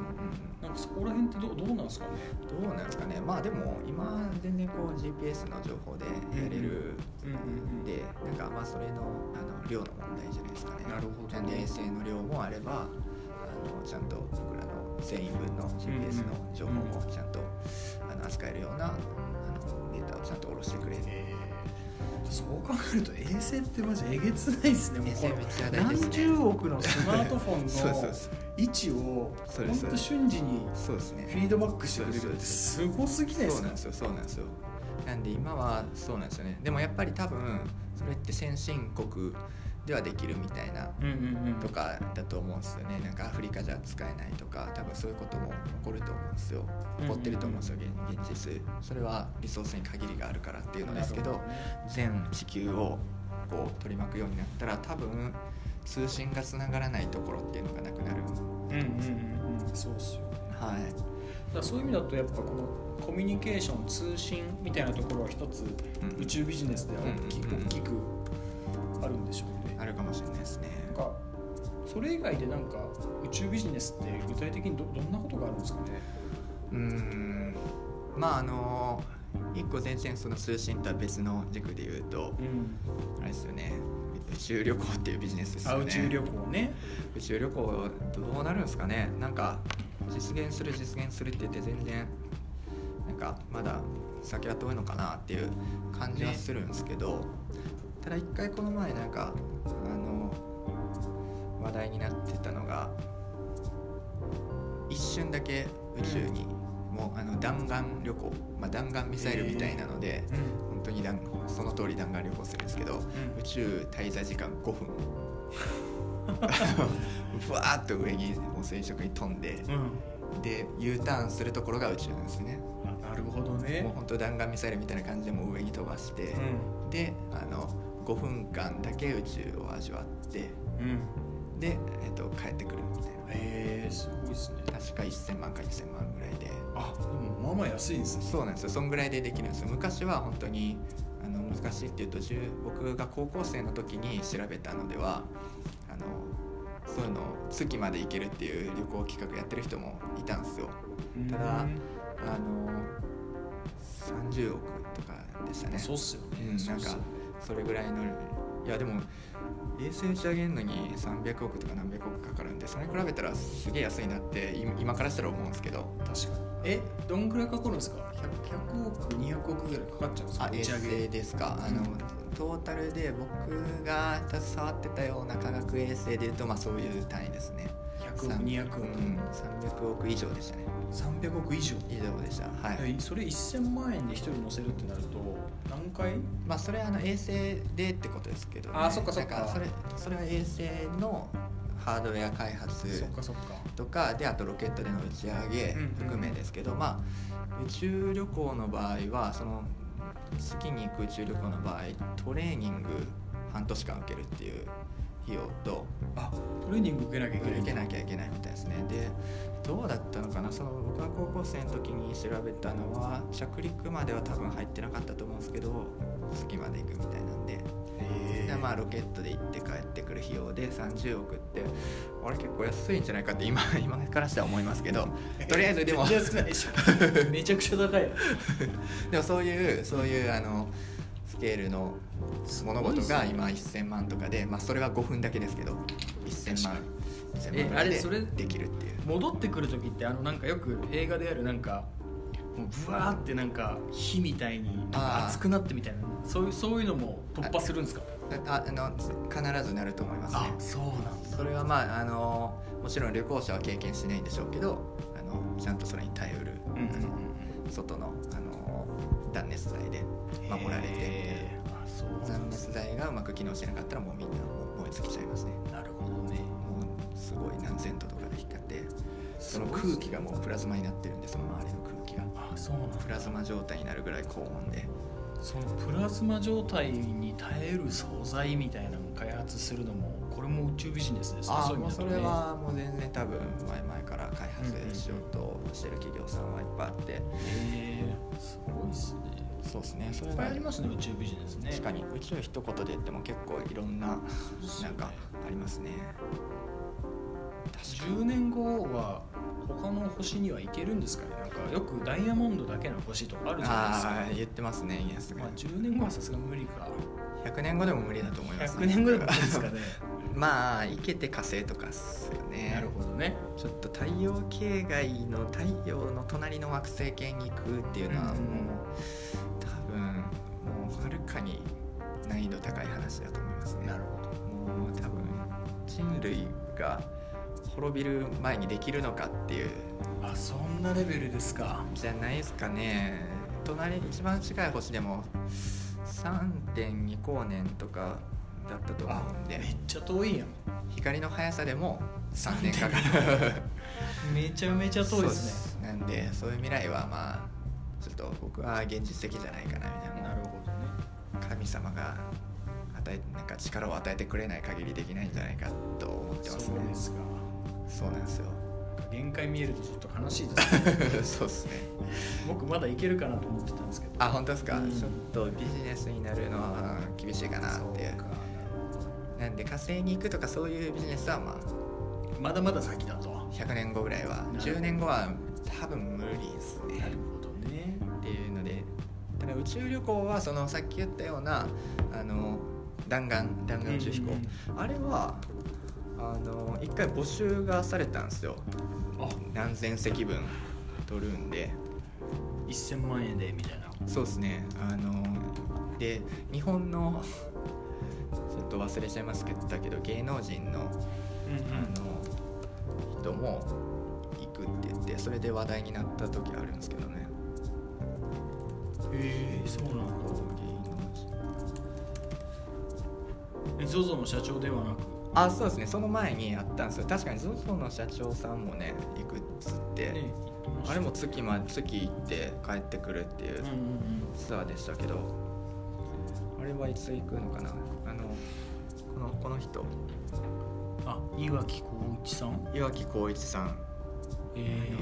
[SPEAKER 2] なんかそこら辺ってどうどうなんですかね
[SPEAKER 1] どうなんですかねまあでも今全然こう GPS の情報でやれる
[SPEAKER 2] うんうんうん
[SPEAKER 1] でなんかまあそれのあの量の問題じゃないですかね
[SPEAKER 2] なるほど
[SPEAKER 1] なんで衛星の量もあればあのちゃんと僕らの全員分の GPS の情報もちゃんと、あの扱えるようなあのデータをちゃんと下ろしてくれる
[SPEAKER 2] えーそう考えると衛星ってマジえげつないですねもう
[SPEAKER 1] 衛星
[SPEAKER 2] この
[SPEAKER 1] めっちゃ大事です
[SPEAKER 2] 何
[SPEAKER 1] ね
[SPEAKER 2] 十億のスマートフォ
[SPEAKER 1] <laughs>
[SPEAKER 2] ン
[SPEAKER 1] そうそう
[SPEAKER 2] の
[SPEAKER 1] そ
[SPEAKER 2] 位置を
[SPEAKER 1] そう
[SPEAKER 2] ほ
[SPEAKER 1] です
[SPEAKER 2] ん
[SPEAKER 1] そう
[SPEAKER 2] と
[SPEAKER 1] です
[SPEAKER 2] 瞬時に
[SPEAKER 1] そうですね
[SPEAKER 2] フィードバックしてくれ
[SPEAKER 1] そう
[SPEAKER 2] るっ
[SPEAKER 1] で
[SPEAKER 2] て
[SPEAKER 1] す
[SPEAKER 2] すごすぎないで
[SPEAKER 1] そう
[SPEAKER 2] す
[SPEAKER 1] なん
[SPEAKER 2] か
[SPEAKER 1] ですよそうなんですよなんで今はそうなんですよねでもやっぱり多分それって先進国ではできるみたいな
[SPEAKER 2] うんうんうん
[SPEAKER 1] とかだと思うんですよねなんかアフリカじゃ使えないとか多分そういうことも起こると思うんですよ起こってると思うんですよ現現実それはリソースに限りがあるからっていうのですけど
[SPEAKER 2] なるほ
[SPEAKER 1] 全地球をこう取り巻くようになったら多分通信がつながらないところっていうのがなくなる
[SPEAKER 2] どねうんうんうんうんそうっすよね
[SPEAKER 1] はい
[SPEAKER 2] だからそういう意味だとやっぱこのコミュニケーション通信みたいなところは一つ
[SPEAKER 1] うん
[SPEAKER 2] 宇宙ビジネスでは大き,、
[SPEAKER 1] うんうんうん
[SPEAKER 2] 大きくあるんでしょうね。
[SPEAKER 1] あるかもしれないですね
[SPEAKER 2] なんかそれ以外でなんか宇宙ビジネスって具体的にどどんなことがあるんですかね
[SPEAKER 1] うーんまああの一個全然その通信とは別の軸で言うと
[SPEAKER 2] うん、
[SPEAKER 1] あれですよね宇宙旅行っていうビジネスです
[SPEAKER 2] あ
[SPEAKER 1] よね
[SPEAKER 2] 宇宙旅行ね
[SPEAKER 1] 宇宙旅行どうなるんですかねなんか実現する実現するって言って全然なんかまだ先は遠いのかなっていう感じはするんですけど、ただ一回この前なんかあの話題になってたのが一瞬だけ宇宙に、もうあの弾丸旅行、まあ、弾丸ミサイルみたいなので、本当に弾その通り弾丸旅行するんですけど、宇宙滞在時間5分ふわーっと上にもう垂直に飛んで
[SPEAKER 2] うん、
[SPEAKER 1] で U ターンするところが宇宙なんですね
[SPEAKER 2] あなるほどね
[SPEAKER 1] もう本当弾丸ミサイルみたいな感じでもう上に飛ばして、であの5分間だけ宇宙を味わって
[SPEAKER 2] うん、うん、
[SPEAKER 1] で、えっと帰ってくるみたい
[SPEAKER 2] えー、すごいですね
[SPEAKER 1] な確か1000万か2000万ぐらいで
[SPEAKER 2] あでもまあまあ安いですね
[SPEAKER 1] そうなんですよそんぐらいでできるんですよ昔は本当にあの難しいっていうと10僕が高校生の時に調べたのではあのそういうの月まで行けるっていう旅行企画やってる人もいたんですよただ
[SPEAKER 2] うん
[SPEAKER 1] あの30億とかでしたね
[SPEAKER 2] そうっすよね、
[SPEAKER 1] うんなん
[SPEAKER 2] そうっす
[SPEAKER 1] か
[SPEAKER 2] よね
[SPEAKER 1] それぐらいのいやでも衛星打ち上げるのに300億とか何百億かかるんでそれに比べたらすげえ安いなって今今からしたら思うんですけど
[SPEAKER 2] 確かにえどんぐらいかかるんですか 100, 100億200億ぐらいかかっちゃうんですか
[SPEAKER 1] あ衛
[SPEAKER 2] 打ち上げ
[SPEAKER 1] 星ですかあのトータルで僕が携わってたような科学衛星でいうと、まあ、そういう単位ですね
[SPEAKER 2] 100億200億、
[SPEAKER 1] うん、300億以上でしたね
[SPEAKER 2] 300億以上
[SPEAKER 1] 以上でしたはい、
[SPEAKER 2] えそれ1000万円で1人乗せるってなると何回
[SPEAKER 1] まあそれはあの衛星でってことですけど、
[SPEAKER 2] あそっかそっか
[SPEAKER 1] だらそれそれは衛星のハードウェア開発
[SPEAKER 2] そっかそっか
[SPEAKER 1] とかであとロケットでの打ち上げ
[SPEAKER 2] うんうん
[SPEAKER 1] 含めですけど、まあ宇宙旅行の場合はその月に行く宇宙旅行の場合トレーニング半年間受けるっていう費用と
[SPEAKER 2] あトレーニング受けなきゃいけない
[SPEAKER 1] 受けなきゃいけないみたいですねでどうだったのかなその僕が高校生の時に調べたのは着陸までは多分入ってなかったと思うんですけど月まで行くみたいなんで
[SPEAKER 2] へ
[SPEAKER 1] でまあロケットで行って帰ってくる費用で30億ってあれ結構安いんじゃないかって今今からしたら思いますけどとりあえずでも
[SPEAKER 2] 全然少ないでしょめちゃくちゃ高い
[SPEAKER 1] でもそういうそういうあのスケールの物事が今1000万とかで、まあ、それは5分だけですけど1000万1000
[SPEAKER 2] え
[SPEAKER 1] 万ぐ
[SPEAKER 2] あ
[SPEAKER 1] らい
[SPEAKER 2] れ
[SPEAKER 1] で
[SPEAKER 2] それ
[SPEAKER 1] できるっていう。
[SPEAKER 2] 戻ってくる時ってあのなんかよく映画であるなんかもうブワーってなんか火みたいになんか
[SPEAKER 1] あー
[SPEAKER 2] 熱くなってみたいなそういうそういうのも突破するんですか
[SPEAKER 1] ああの必ずなると思いますね
[SPEAKER 2] そうなん
[SPEAKER 1] それはまああのもちろん旅行者は経験しないんでしょうけどあのちゃんとそれに耐えうる、
[SPEAKER 2] うんうん
[SPEAKER 1] あの外のあの断熱材で守られてみたいな
[SPEAKER 2] えーあそうなん
[SPEAKER 1] 断
[SPEAKER 2] です
[SPEAKER 1] 熱材がうまく機能してなかったらもうみんなもう燃え尽きちゃいますね
[SPEAKER 2] なるほどね
[SPEAKER 1] もうすごい何千度とかで光ってその空気がもうプラズマになってるんですその周りの空気が
[SPEAKER 2] あそうなんだ
[SPEAKER 1] プラズマ状態になるぐらい高温で
[SPEAKER 2] そのプラズマ状態に耐える素材みたいなのを開発するのもこれも宇宙ビジネスですね
[SPEAKER 1] あ
[SPEAKER 2] そういう意
[SPEAKER 1] もう
[SPEAKER 2] 味だ
[SPEAKER 1] そ
[SPEAKER 2] と
[SPEAKER 1] れ
[SPEAKER 2] ね
[SPEAKER 1] はもう全然多分前々から開発しようとしてる企業さんはいっぱいあって
[SPEAKER 2] へえすごいっすね
[SPEAKER 1] そうですねそ
[SPEAKER 2] い
[SPEAKER 1] れ
[SPEAKER 2] っぱい
[SPEAKER 1] が
[SPEAKER 2] ありますね宇宙ビジネスね
[SPEAKER 1] 確かに宇宙一言で言っても結構いろんな
[SPEAKER 2] そう
[SPEAKER 1] なんかありますね
[SPEAKER 2] 10年後は他の星には行けるんですかねなんかよくダイヤモンドだけの星とかあるじゃ
[SPEAKER 1] あ
[SPEAKER 2] な
[SPEAKER 1] あ
[SPEAKER 2] い
[SPEAKER 1] ー
[SPEAKER 2] です
[SPEAKER 1] 言ってますねイエス
[SPEAKER 2] か、
[SPEAKER 1] が
[SPEAKER 2] まあ、10年後はさすがに無理か
[SPEAKER 1] 100年後でも無理だと思います、
[SPEAKER 2] 100年後でも無理ですかね
[SPEAKER 1] <laughs> まあ生けて火星とかっすよね
[SPEAKER 2] <laughs> なるほどね
[SPEAKER 1] ちょっと太陽系外の太陽の隣の惑星系に行くっていうのはもう、
[SPEAKER 2] うんうん
[SPEAKER 1] 多分もうはるかに難易度高い話だと思いますね
[SPEAKER 2] なるほど
[SPEAKER 1] もう多分人類が滅びる前にできるのかっていう
[SPEAKER 2] あそんなレベルですか
[SPEAKER 1] じゃないですかね隣一番近い星でも3.2光年とかだったと
[SPEAKER 2] あ
[SPEAKER 1] 思うんで
[SPEAKER 2] めっちゃ遠いやん
[SPEAKER 1] 光の速さでも3年かかる
[SPEAKER 2] めちゃめちゃ遠いですね
[SPEAKER 1] そうっなんでそういう未来はまあちょっと僕は現実的じゃないかなみたい
[SPEAKER 2] な
[SPEAKER 1] な
[SPEAKER 2] るほどね
[SPEAKER 1] 神様が与えなんか力を与えてくれない限りできないんじゃないかと思ってますね
[SPEAKER 2] そうですか
[SPEAKER 1] そうなんですよ
[SPEAKER 2] 限界見えるとちょっと悲しいです <laughs>
[SPEAKER 1] <laughs>
[SPEAKER 2] ね
[SPEAKER 1] そうですね
[SPEAKER 2] 僕まだ行けるかなと思ってたんですけど
[SPEAKER 1] あ本当ですか、
[SPEAKER 2] うん
[SPEAKER 1] ちょっとビジネスになるのは厳しいかな
[SPEAKER 2] そう
[SPEAKER 1] っ
[SPEAKER 2] か
[SPEAKER 1] てなんで火星に行くとかそういうビジネスはまあ
[SPEAKER 2] まだまだ先だとな
[SPEAKER 1] 100年後ぐらいは
[SPEAKER 2] なるほど
[SPEAKER 1] 10年後は多分無理ですね
[SPEAKER 2] るほどね
[SPEAKER 1] っていうのでただ宇宙旅行はそのさっき言ったようなあの弾丸弾丸宇宙飛行、あれはあの一回募集がされたんですよ
[SPEAKER 2] あ
[SPEAKER 1] 何千席分取るんで
[SPEAKER 2] 1000万円でみたいな
[SPEAKER 1] そうですねあので日本のちょっと忘れちゃいますけど芸能人の
[SPEAKER 2] うん
[SPEAKER 1] あの人も行くって言ってそれで話題になった時あるんですけどね
[SPEAKER 2] へえそうなんだ
[SPEAKER 1] 芸能人
[SPEAKER 2] え ZOZO の社長ではなく
[SPEAKER 1] あそうですねその前にあったんですよ確かに ZOZO の社長さんもね行くっつって、
[SPEAKER 2] ね行ってました
[SPEAKER 1] あれも月,、ま、月行って帰ってくるっていううん
[SPEAKER 2] うん
[SPEAKER 1] ツアーでしたけど、あれはいつ行くのかなあのこのこの人
[SPEAKER 2] うんあ岩城浩一さん
[SPEAKER 1] 岩城浩一さん、
[SPEAKER 2] え
[SPEAKER 1] あ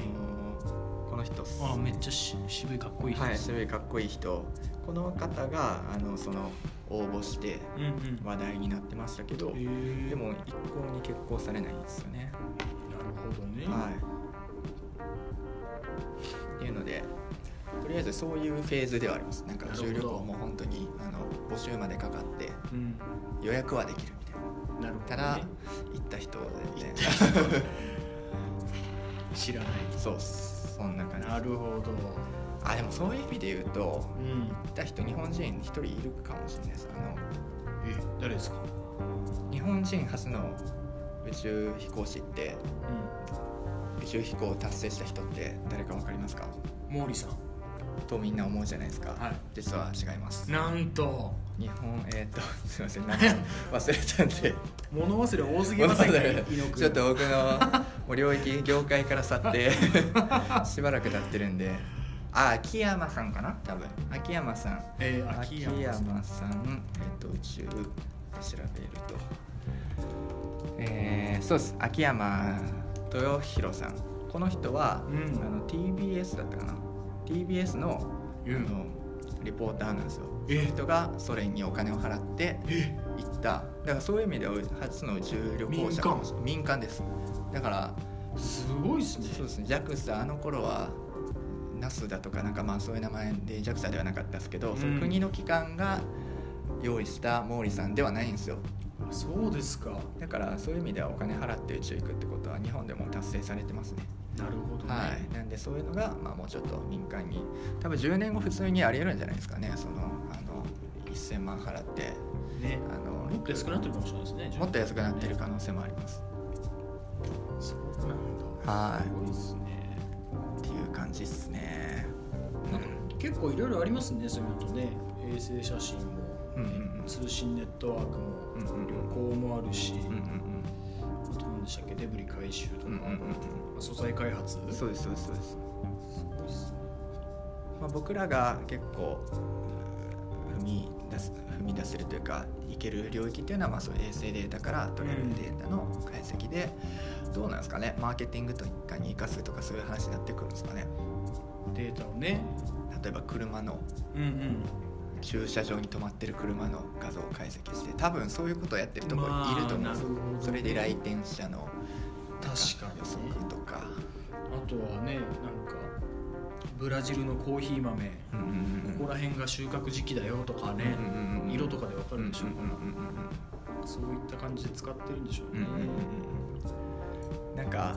[SPEAKER 1] のこの人っす
[SPEAKER 2] あめっちゃし渋いかっこいい人
[SPEAKER 1] は
[SPEAKER 2] で
[SPEAKER 1] い
[SPEAKER 2] す
[SPEAKER 1] すごいかっこいい人この方があのその応募して
[SPEAKER 2] うんうん
[SPEAKER 1] 話題になってましたけど、
[SPEAKER 2] へえ
[SPEAKER 1] でも一向に結婚されないんですよね、
[SPEAKER 2] なるほどね
[SPEAKER 1] はい。っていうのでとりあえずそういうフェーズではありますなんか
[SPEAKER 2] なるほど
[SPEAKER 1] 重旅行も本当にあの募集までかかって
[SPEAKER 2] うん
[SPEAKER 1] 予約はできるみたいな
[SPEAKER 2] なるほどね
[SPEAKER 1] ただ行った人みたいな
[SPEAKER 2] 知らない
[SPEAKER 1] <laughs> そうっすそんな感じ
[SPEAKER 2] なるほど
[SPEAKER 1] あでもそういう意味で言うと
[SPEAKER 2] うん
[SPEAKER 1] 行った人日本人一人いるかもしれないですあ
[SPEAKER 2] え誰ですか
[SPEAKER 1] の日本人初の宇宙飛行士って宇宙飛行を達成した人って誰か分かりますか
[SPEAKER 2] うん毛利さん
[SPEAKER 1] とみんな思うじゃないですか、
[SPEAKER 2] はい
[SPEAKER 1] 実は違います
[SPEAKER 2] なんと
[SPEAKER 1] 日本えーっ
[SPEAKER 2] <laughs>
[SPEAKER 1] とすいませんなんか忘れたんで
[SPEAKER 2] 物忘れ多すぎませんか <laughs> 猪木
[SPEAKER 1] ちょっと僕のもう領域業界から去って
[SPEAKER 2] <laughs>
[SPEAKER 1] しばらく経ってるんであ秋山さんかな多分秋山さん
[SPEAKER 2] えー、
[SPEAKER 1] 秋山
[SPEAKER 2] 秋山さん
[SPEAKER 1] さんえっと宇宙で調べるとえー、そうです秋山豊弘さんこの人は、
[SPEAKER 2] うん
[SPEAKER 1] あの TBS だったかな TBS の,、
[SPEAKER 2] うん
[SPEAKER 1] のリポーターなんですよ
[SPEAKER 2] え
[SPEAKER 1] その人がソ連にお金を払って
[SPEAKER 2] え
[SPEAKER 1] 行っただからそういう意味では初の宇宙旅行者かもしれない民間ですだから
[SPEAKER 2] すごいですね
[SPEAKER 1] そうですね JAXA あの頃は NAS だとかなんかまあそういう名前で JAXA ではなかったですけど、
[SPEAKER 2] うん
[SPEAKER 1] その国の機関が用意した毛利さんではないんですよ
[SPEAKER 2] あそうですか
[SPEAKER 1] だからそういう意味ではお金払って宇宙行くってことは日本でも達成されてますね
[SPEAKER 2] なるほどね、
[SPEAKER 1] はいなんでそういうのがまあもうちょっと民間に多分10年後普通にありえるんじゃないですかねそのあの1000万払って
[SPEAKER 2] ね
[SPEAKER 1] あの
[SPEAKER 2] もっと安くなってるかもしれないですね
[SPEAKER 1] もっと安くなってる可能性もあります
[SPEAKER 2] そうなんだ
[SPEAKER 1] はい
[SPEAKER 2] すごいですね
[SPEAKER 1] っていう感じっすね
[SPEAKER 2] なんか結構いろいろありますねそういうのとね衛星写真も、
[SPEAKER 1] うんうんうん
[SPEAKER 2] 通信ネットワークも、
[SPEAKER 1] うんうんうん
[SPEAKER 2] 旅行もあるし、
[SPEAKER 1] うんうんうん
[SPEAKER 2] あと何でしたっけデブリ回収とか、
[SPEAKER 1] うんうんうん
[SPEAKER 2] 素材開発
[SPEAKER 1] うんそうですそうですそうです
[SPEAKER 2] すごいっすね
[SPEAKER 1] まあ、僕らが結構うん踏み出す踏み出せるというかいける領域っていうのはまあそう衛星データから取れるデータの解析で、どうなんですかねマーケティングとかに生かすとかそういう話になってくるんですかね
[SPEAKER 2] データをね
[SPEAKER 1] 例えば車の
[SPEAKER 2] うんうん
[SPEAKER 1] 駐車場に止まってる車の画像を解析して多分そういうことをやってるところいると思うんですよ、
[SPEAKER 2] まあなるほどね
[SPEAKER 1] それで来店者のなん
[SPEAKER 2] 確かにね
[SPEAKER 1] 予測とか、
[SPEAKER 2] あとはねなんかブラジルのコーヒー豆、
[SPEAKER 1] うんうんうん
[SPEAKER 2] ここら辺が収穫時期だよとかね、
[SPEAKER 1] うんうんうんうん
[SPEAKER 2] 色とかでわかるでしょうから、
[SPEAKER 1] うんうんうんうん
[SPEAKER 2] そういった感じで使ってるんでしょう
[SPEAKER 1] う
[SPEAKER 2] ね、
[SPEAKER 1] んうんうんなんか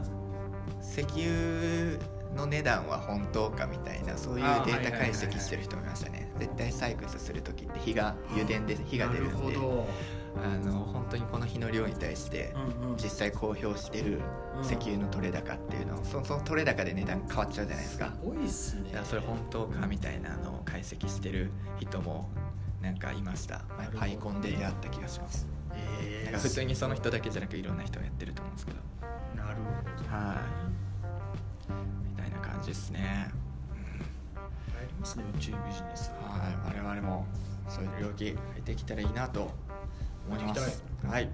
[SPEAKER 1] 石油の値段は本当かみたいなそういう
[SPEAKER 2] あー
[SPEAKER 1] データ
[SPEAKER 2] はいはいはい
[SPEAKER 1] 解
[SPEAKER 2] はい
[SPEAKER 1] 析してる人もいましたね絶対採掘する時って火が油田で火が出るん
[SPEAKER 2] な
[SPEAKER 1] で
[SPEAKER 2] るほ
[SPEAKER 1] あの本当にこの火の量に対して
[SPEAKER 2] ど、うんうん、
[SPEAKER 1] 実際公表してる石油の取れ高っていうのそその取れ高で値段変わっちゃうじゃないですか
[SPEAKER 2] すごいっすね
[SPEAKER 1] いやそれ本当かみたいなのを解析してる人もなんかいました前
[SPEAKER 2] なるほど
[SPEAKER 1] パイコンでやった気がします
[SPEAKER 2] え
[SPEAKER 1] なん
[SPEAKER 2] ー
[SPEAKER 1] か普通にその人だけじゃなくいろんな人がやってると思うんですけど
[SPEAKER 2] なるほど
[SPEAKER 1] はい、みたいな感じですね。
[SPEAKER 2] 入りますね宇宙ビジネス
[SPEAKER 1] はい、我々もそういう領域入っていきたらいいなと思いま
[SPEAKER 2] 入ってい
[SPEAKER 1] す。はい。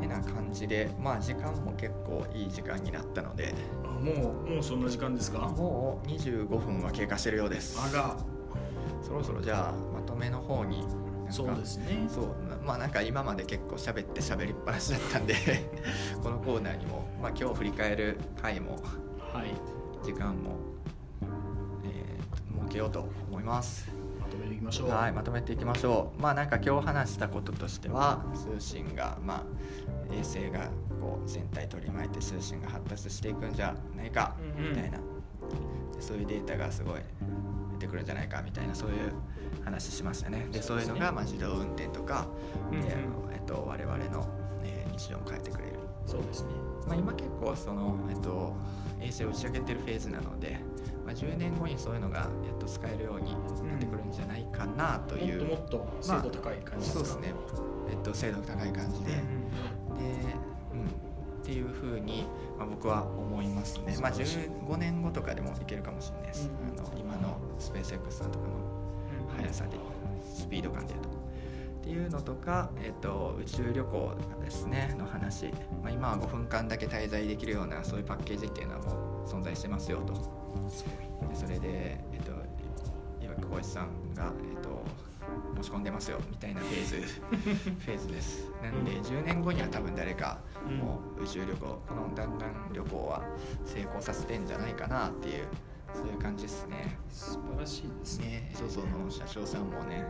[SPEAKER 1] てな感じで、まあ時間も結構いい時間になったので、
[SPEAKER 2] あもうもうそんな時間ですか
[SPEAKER 1] もう25分は経過してるようです。
[SPEAKER 2] あら
[SPEAKER 1] そろそろじゃあまとめの方になんか
[SPEAKER 2] そうですね
[SPEAKER 1] そうなまあなんか今まで結構喋って喋りっぱなしだったんで <laughs> このコーナーにも、まあ、今日振り返る回も
[SPEAKER 2] はい
[SPEAKER 1] 時間も、えー設けようと思います。
[SPEAKER 2] まとめていきましょう
[SPEAKER 1] はい、まとめていきましょう。まあなんか今日話したこととしては通信がまあ衛星がこう全体取り巻いて通信が発達していくんじゃないか
[SPEAKER 2] うんうん
[SPEAKER 1] みたいな、そういうデータがすごい出てくるんじゃないかみたいなそういう話しましたね。で
[SPEAKER 2] そ
[SPEAKER 1] そううい
[SPEAKER 2] です
[SPEAKER 1] う
[SPEAKER 2] ね
[SPEAKER 1] のがまあ自動運転とか、
[SPEAKER 2] うんうん
[SPEAKER 1] であのえっと我々の、えー日常を変えてくれる。
[SPEAKER 2] そうですね
[SPEAKER 1] まあ、今結構その、えっと、衛星を打ち上げてるフェーズなので、まあ、10年後にそういうのがやっと使えるようになってくるんじゃないかなという、
[SPEAKER 2] もっともっと精度高い感じです
[SPEAKER 1] そ
[SPEAKER 2] か、
[SPEAKER 1] うですね、えっと、精度高い感じで,、でうん、っていうふうに、まあ、僕は思いますね、まあ、
[SPEAKER 2] 素晴らしい
[SPEAKER 1] 15年後とかでもいけるかもしれないです、
[SPEAKER 2] うん
[SPEAKER 1] あの今のスペース X さんとかの
[SPEAKER 2] うん
[SPEAKER 1] 速さでスピード感でいうと。っていうのとか、えっと宇宙旅行ですねの話、まあ、今は5分間だけ滞在できるようなそういうパッケージっていうのはもう存在してますよとでそれで、えっと岩城浩一さんが、えっと持ち込んでますよみたいなフェー
[SPEAKER 2] <laughs>
[SPEAKER 1] ズフェーズですなんで
[SPEAKER 2] うん
[SPEAKER 1] 10年後には多分誰か
[SPEAKER 2] うん
[SPEAKER 1] もう宇宙旅行この弾丸旅行は成功させてんじゃないかなっていうそういう感じですね。
[SPEAKER 2] 素晴らしいですね
[SPEAKER 1] ね、そうそうの車掌さんもね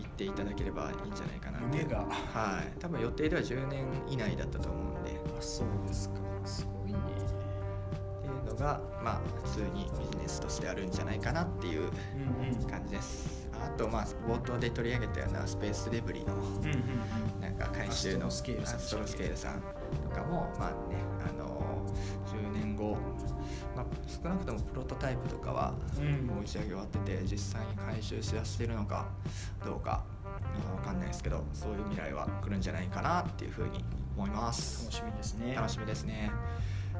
[SPEAKER 1] 行っていただければいいんじゃないかなって
[SPEAKER 2] 夢が
[SPEAKER 1] はい多分予定では10年以内だったと思うんでってい
[SPEAKER 2] あそうですかすごいね
[SPEAKER 1] うののが、まあ、普通にビジネスとしてあるんじゃないかなっていう感じですあとまあ冒頭で取り上げたようなスペースデブリの
[SPEAKER 2] うんうん
[SPEAKER 1] なんか回収の
[SPEAKER 2] アストロスケールさん
[SPEAKER 1] アストロスケールさんとかもまあねあのー10年後、まあ、少なくともプロトタイプとかは
[SPEAKER 2] うん
[SPEAKER 1] もう打ち上げ終わってて実際に回収しだしてるのかどうか分かんないですけどそういう未来は来るんじゃないかなっていうふうに思います
[SPEAKER 2] 楽しみですね
[SPEAKER 1] 楽しみですね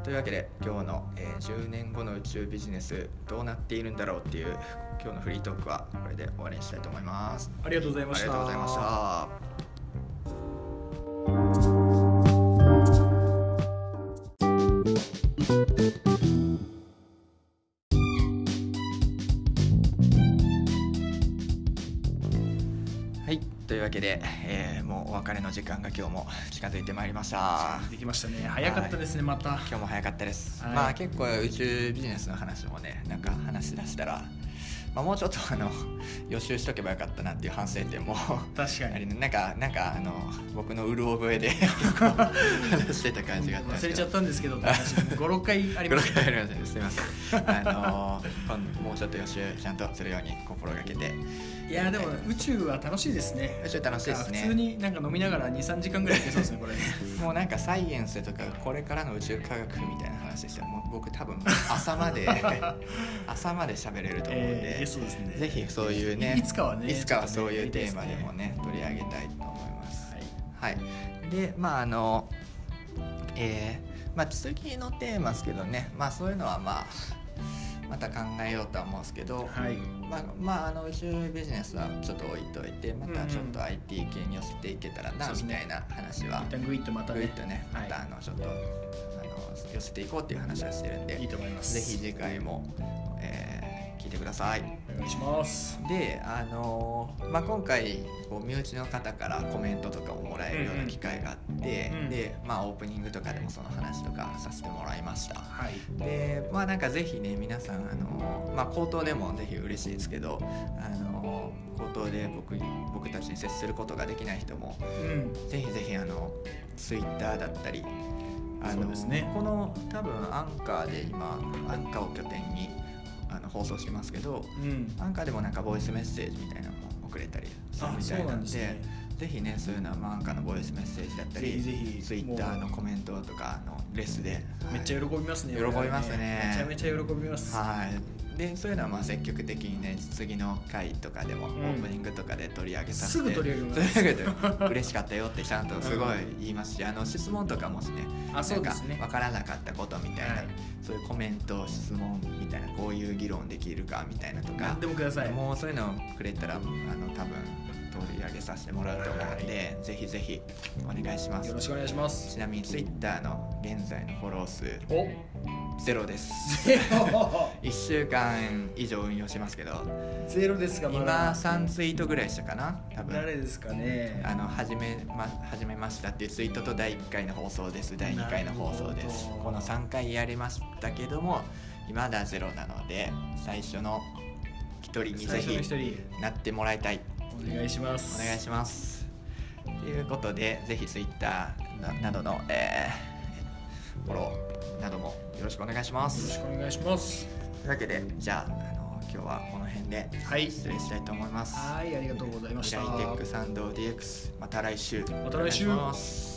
[SPEAKER 1] というわけで今日の、えー10年後の宇宙ビジネスどうなっているんだろうっていう今日のフリートークはこれで終わりにしたいと思います
[SPEAKER 2] ありがとうござい
[SPEAKER 1] ありがとうございましたはいというわけで、えーもうお別れの時間が今日も近づいてまいりました
[SPEAKER 2] できましたね早かったですねまた
[SPEAKER 1] 今日も早かったです、
[SPEAKER 2] はい
[SPEAKER 1] まあ結構宇宙ビジネスの話もねなんか話し出したら、まあ、もうちょっとあの予習しとけばよかったなっていう反省点も
[SPEAKER 2] 確か
[SPEAKER 1] あれね
[SPEAKER 2] に
[SPEAKER 1] なんかなんかあの僕のうる覚え
[SPEAKER 2] <laughs>
[SPEAKER 1] で結構話してた感じがあったんですけ
[SPEAKER 2] 忘れ
[SPEAKER 1] ど
[SPEAKER 2] ちゃったんですけど56回ありまし
[SPEAKER 1] ご了解ありませんすみませんあの今もうちょっと予習ちゃんとするように心がけて
[SPEAKER 2] たいやでも宇宙は楽しいですね
[SPEAKER 1] 宇宙楽しいです
[SPEAKER 2] 普通
[SPEAKER 1] ね
[SPEAKER 2] になんか飲みながら23時間ぐらいいけそうですねこれ
[SPEAKER 1] もうなんかサイエンスとかこれからの宇宙科学みたいな話でしたらもう僕多分朝ま
[SPEAKER 2] <laughs>
[SPEAKER 1] で朝まで喋れると思うん
[SPEAKER 2] え
[SPEAKER 1] で、
[SPEAKER 2] ーいやそうですね
[SPEAKER 1] ぜひそういうね
[SPEAKER 2] いいつかはね
[SPEAKER 1] いつかは
[SPEAKER 2] ちょっ
[SPEAKER 1] そう
[SPEAKER 2] とね
[SPEAKER 1] いうテーマでもね取り上げたいと思いますはい、でまああのえーまあ次のテーマですけどねまあそういうのはまあまた考えようとは思うんですけど、
[SPEAKER 2] はい
[SPEAKER 1] まあ、まあ、あの宇宙ビジネスはちょっと置いといてまたちょっ
[SPEAKER 2] うんうん
[SPEAKER 1] と IT 系に寄せていけたらな、
[SPEAKER 2] そうです
[SPEAKER 1] み
[SPEAKER 2] ね
[SPEAKER 1] たいな話は
[SPEAKER 2] 一旦グイッとまた
[SPEAKER 1] グイ
[SPEAKER 2] ね
[SPEAKER 1] ッとねま
[SPEAKER 2] はい
[SPEAKER 1] たあのちょっと、あの寄せていこうっていう話はしてるんで
[SPEAKER 2] いいと思います
[SPEAKER 1] ぜひ次回も、えー聞いてください。
[SPEAKER 2] お願いします
[SPEAKER 1] であのーまあ、今回こう身内の方からコメントとかをもらえるような機会があって、
[SPEAKER 2] うんうん
[SPEAKER 1] で、まあ、オープニングとかでもその話とかさせてもらいました
[SPEAKER 2] はい
[SPEAKER 1] でまあなんかぜひね皆さんあのー、まあ、口頭でもぜひ嬉しいですけどあのー口頭で僕僕たちに接することができない人も
[SPEAKER 2] うん
[SPEAKER 1] ぜひぜひあのツイッターだったりあ
[SPEAKER 2] そ
[SPEAKER 1] の
[SPEAKER 2] うですね
[SPEAKER 1] この多分アンカーで今アンカーを拠点にあの放送してますけど
[SPEAKER 2] うん
[SPEAKER 1] アンカーでもなんかボイスメッセージみたいなのも送れたりする
[SPEAKER 2] あ
[SPEAKER 1] み
[SPEAKER 2] そ
[SPEAKER 1] たいうな
[SPEAKER 2] なん
[SPEAKER 1] んで
[SPEAKER 2] で
[SPEAKER 1] す
[SPEAKER 2] ね
[SPEAKER 1] ぜひねそういうのはまあアンカーのボイスメッセージだった
[SPEAKER 2] ぜひぜ
[SPEAKER 1] り
[SPEAKER 2] ひ
[SPEAKER 1] ツイッターのコメントとかあのレスで
[SPEAKER 2] めっちゃ喜びますね
[SPEAKER 1] 喜びますね
[SPEAKER 2] 俺はめちゃめちゃ喜びます
[SPEAKER 1] はいでそういうのはまあ積極的にね次の回とかでもオ
[SPEAKER 2] ん
[SPEAKER 1] ープニングとかで取り上げさせて、
[SPEAKER 2] すぐ取り上げます
[SPEAKER 1] すぐ取り上げて嬉しかったよってちゃんとすごい言いますしあの質問とかもしね
[SPEAKER 2] あそうですね
[SPEAKER 1] なんか分からなかったことみたいな、
[SPEAKER 2] はい
[SPEAKER 1] そういうコメント質問みたいなこういう議論できるかみたいなとか
[SPEAKER 2] 何でもください
[SPEAKER 1] もうそういうのをくれたらあの多分取り上げさせてもらうと思うんで、ぜひぜひお願いします
[SPEAKER 2] よろしくお願いします
[SPEAKER 1] ちなみに Twitter の現在のフォロー数
[SPEAKER 2] お
[SPEAKER 1] ゼロです
[SPEAKER 2] ゼ
[SPEAKER 1] <laughs>
[SPEAKER 2] ロ
[SPEAKER 1] 1週間以上運用してますけど
[SPEAKER 2] <laughs> ゼロですがま
[SPEAKER 1] 今
[SPEAKER 2] だ
[SPEAKER 1] 3ツイートぐらいしたかな多
[SPEAKER 2] 誰
[SPEAKER 1] 分
[SPEAKER 2] ですかね
[SPEAKER 1] あの始め,、ま、始めましたっていうツイートと第1回の放送です第2回の放送です
[SPEAKER 2] なるほど
[SPEAKER 1] この3回やりましたけども今だゼロなので最初の1人にぜ
[SPEAKER 2] 最初の一
[SPEAKER 1] ひ
[SPEAKER 2] 人
[SPEAKER 1] なってもらいたい
[SPEAKER 2] お願いします
[SPEAKER 1] お願いしますということでぜひツイッターなどの、えーフォローなどもよろしくお願いします
[SPEAKER 2] よろしくお願いします
[SPEAKER 1] というわけでじゃああの今日はこの辺で
[SPEAKER 2] はい
[SPEAKER 1] 失礼したいと思います。
[SPEAKER 2] はいありがとうございま
[SPEAKER 1] 未
[SPEAKER 2] し
[SPEAKER 1] 来
[SPEAKER 2] た
[SPEAKER 1] テックサンド DX また来週
[SPEAKER 2] た来週
[SPEAKER 1] お願いします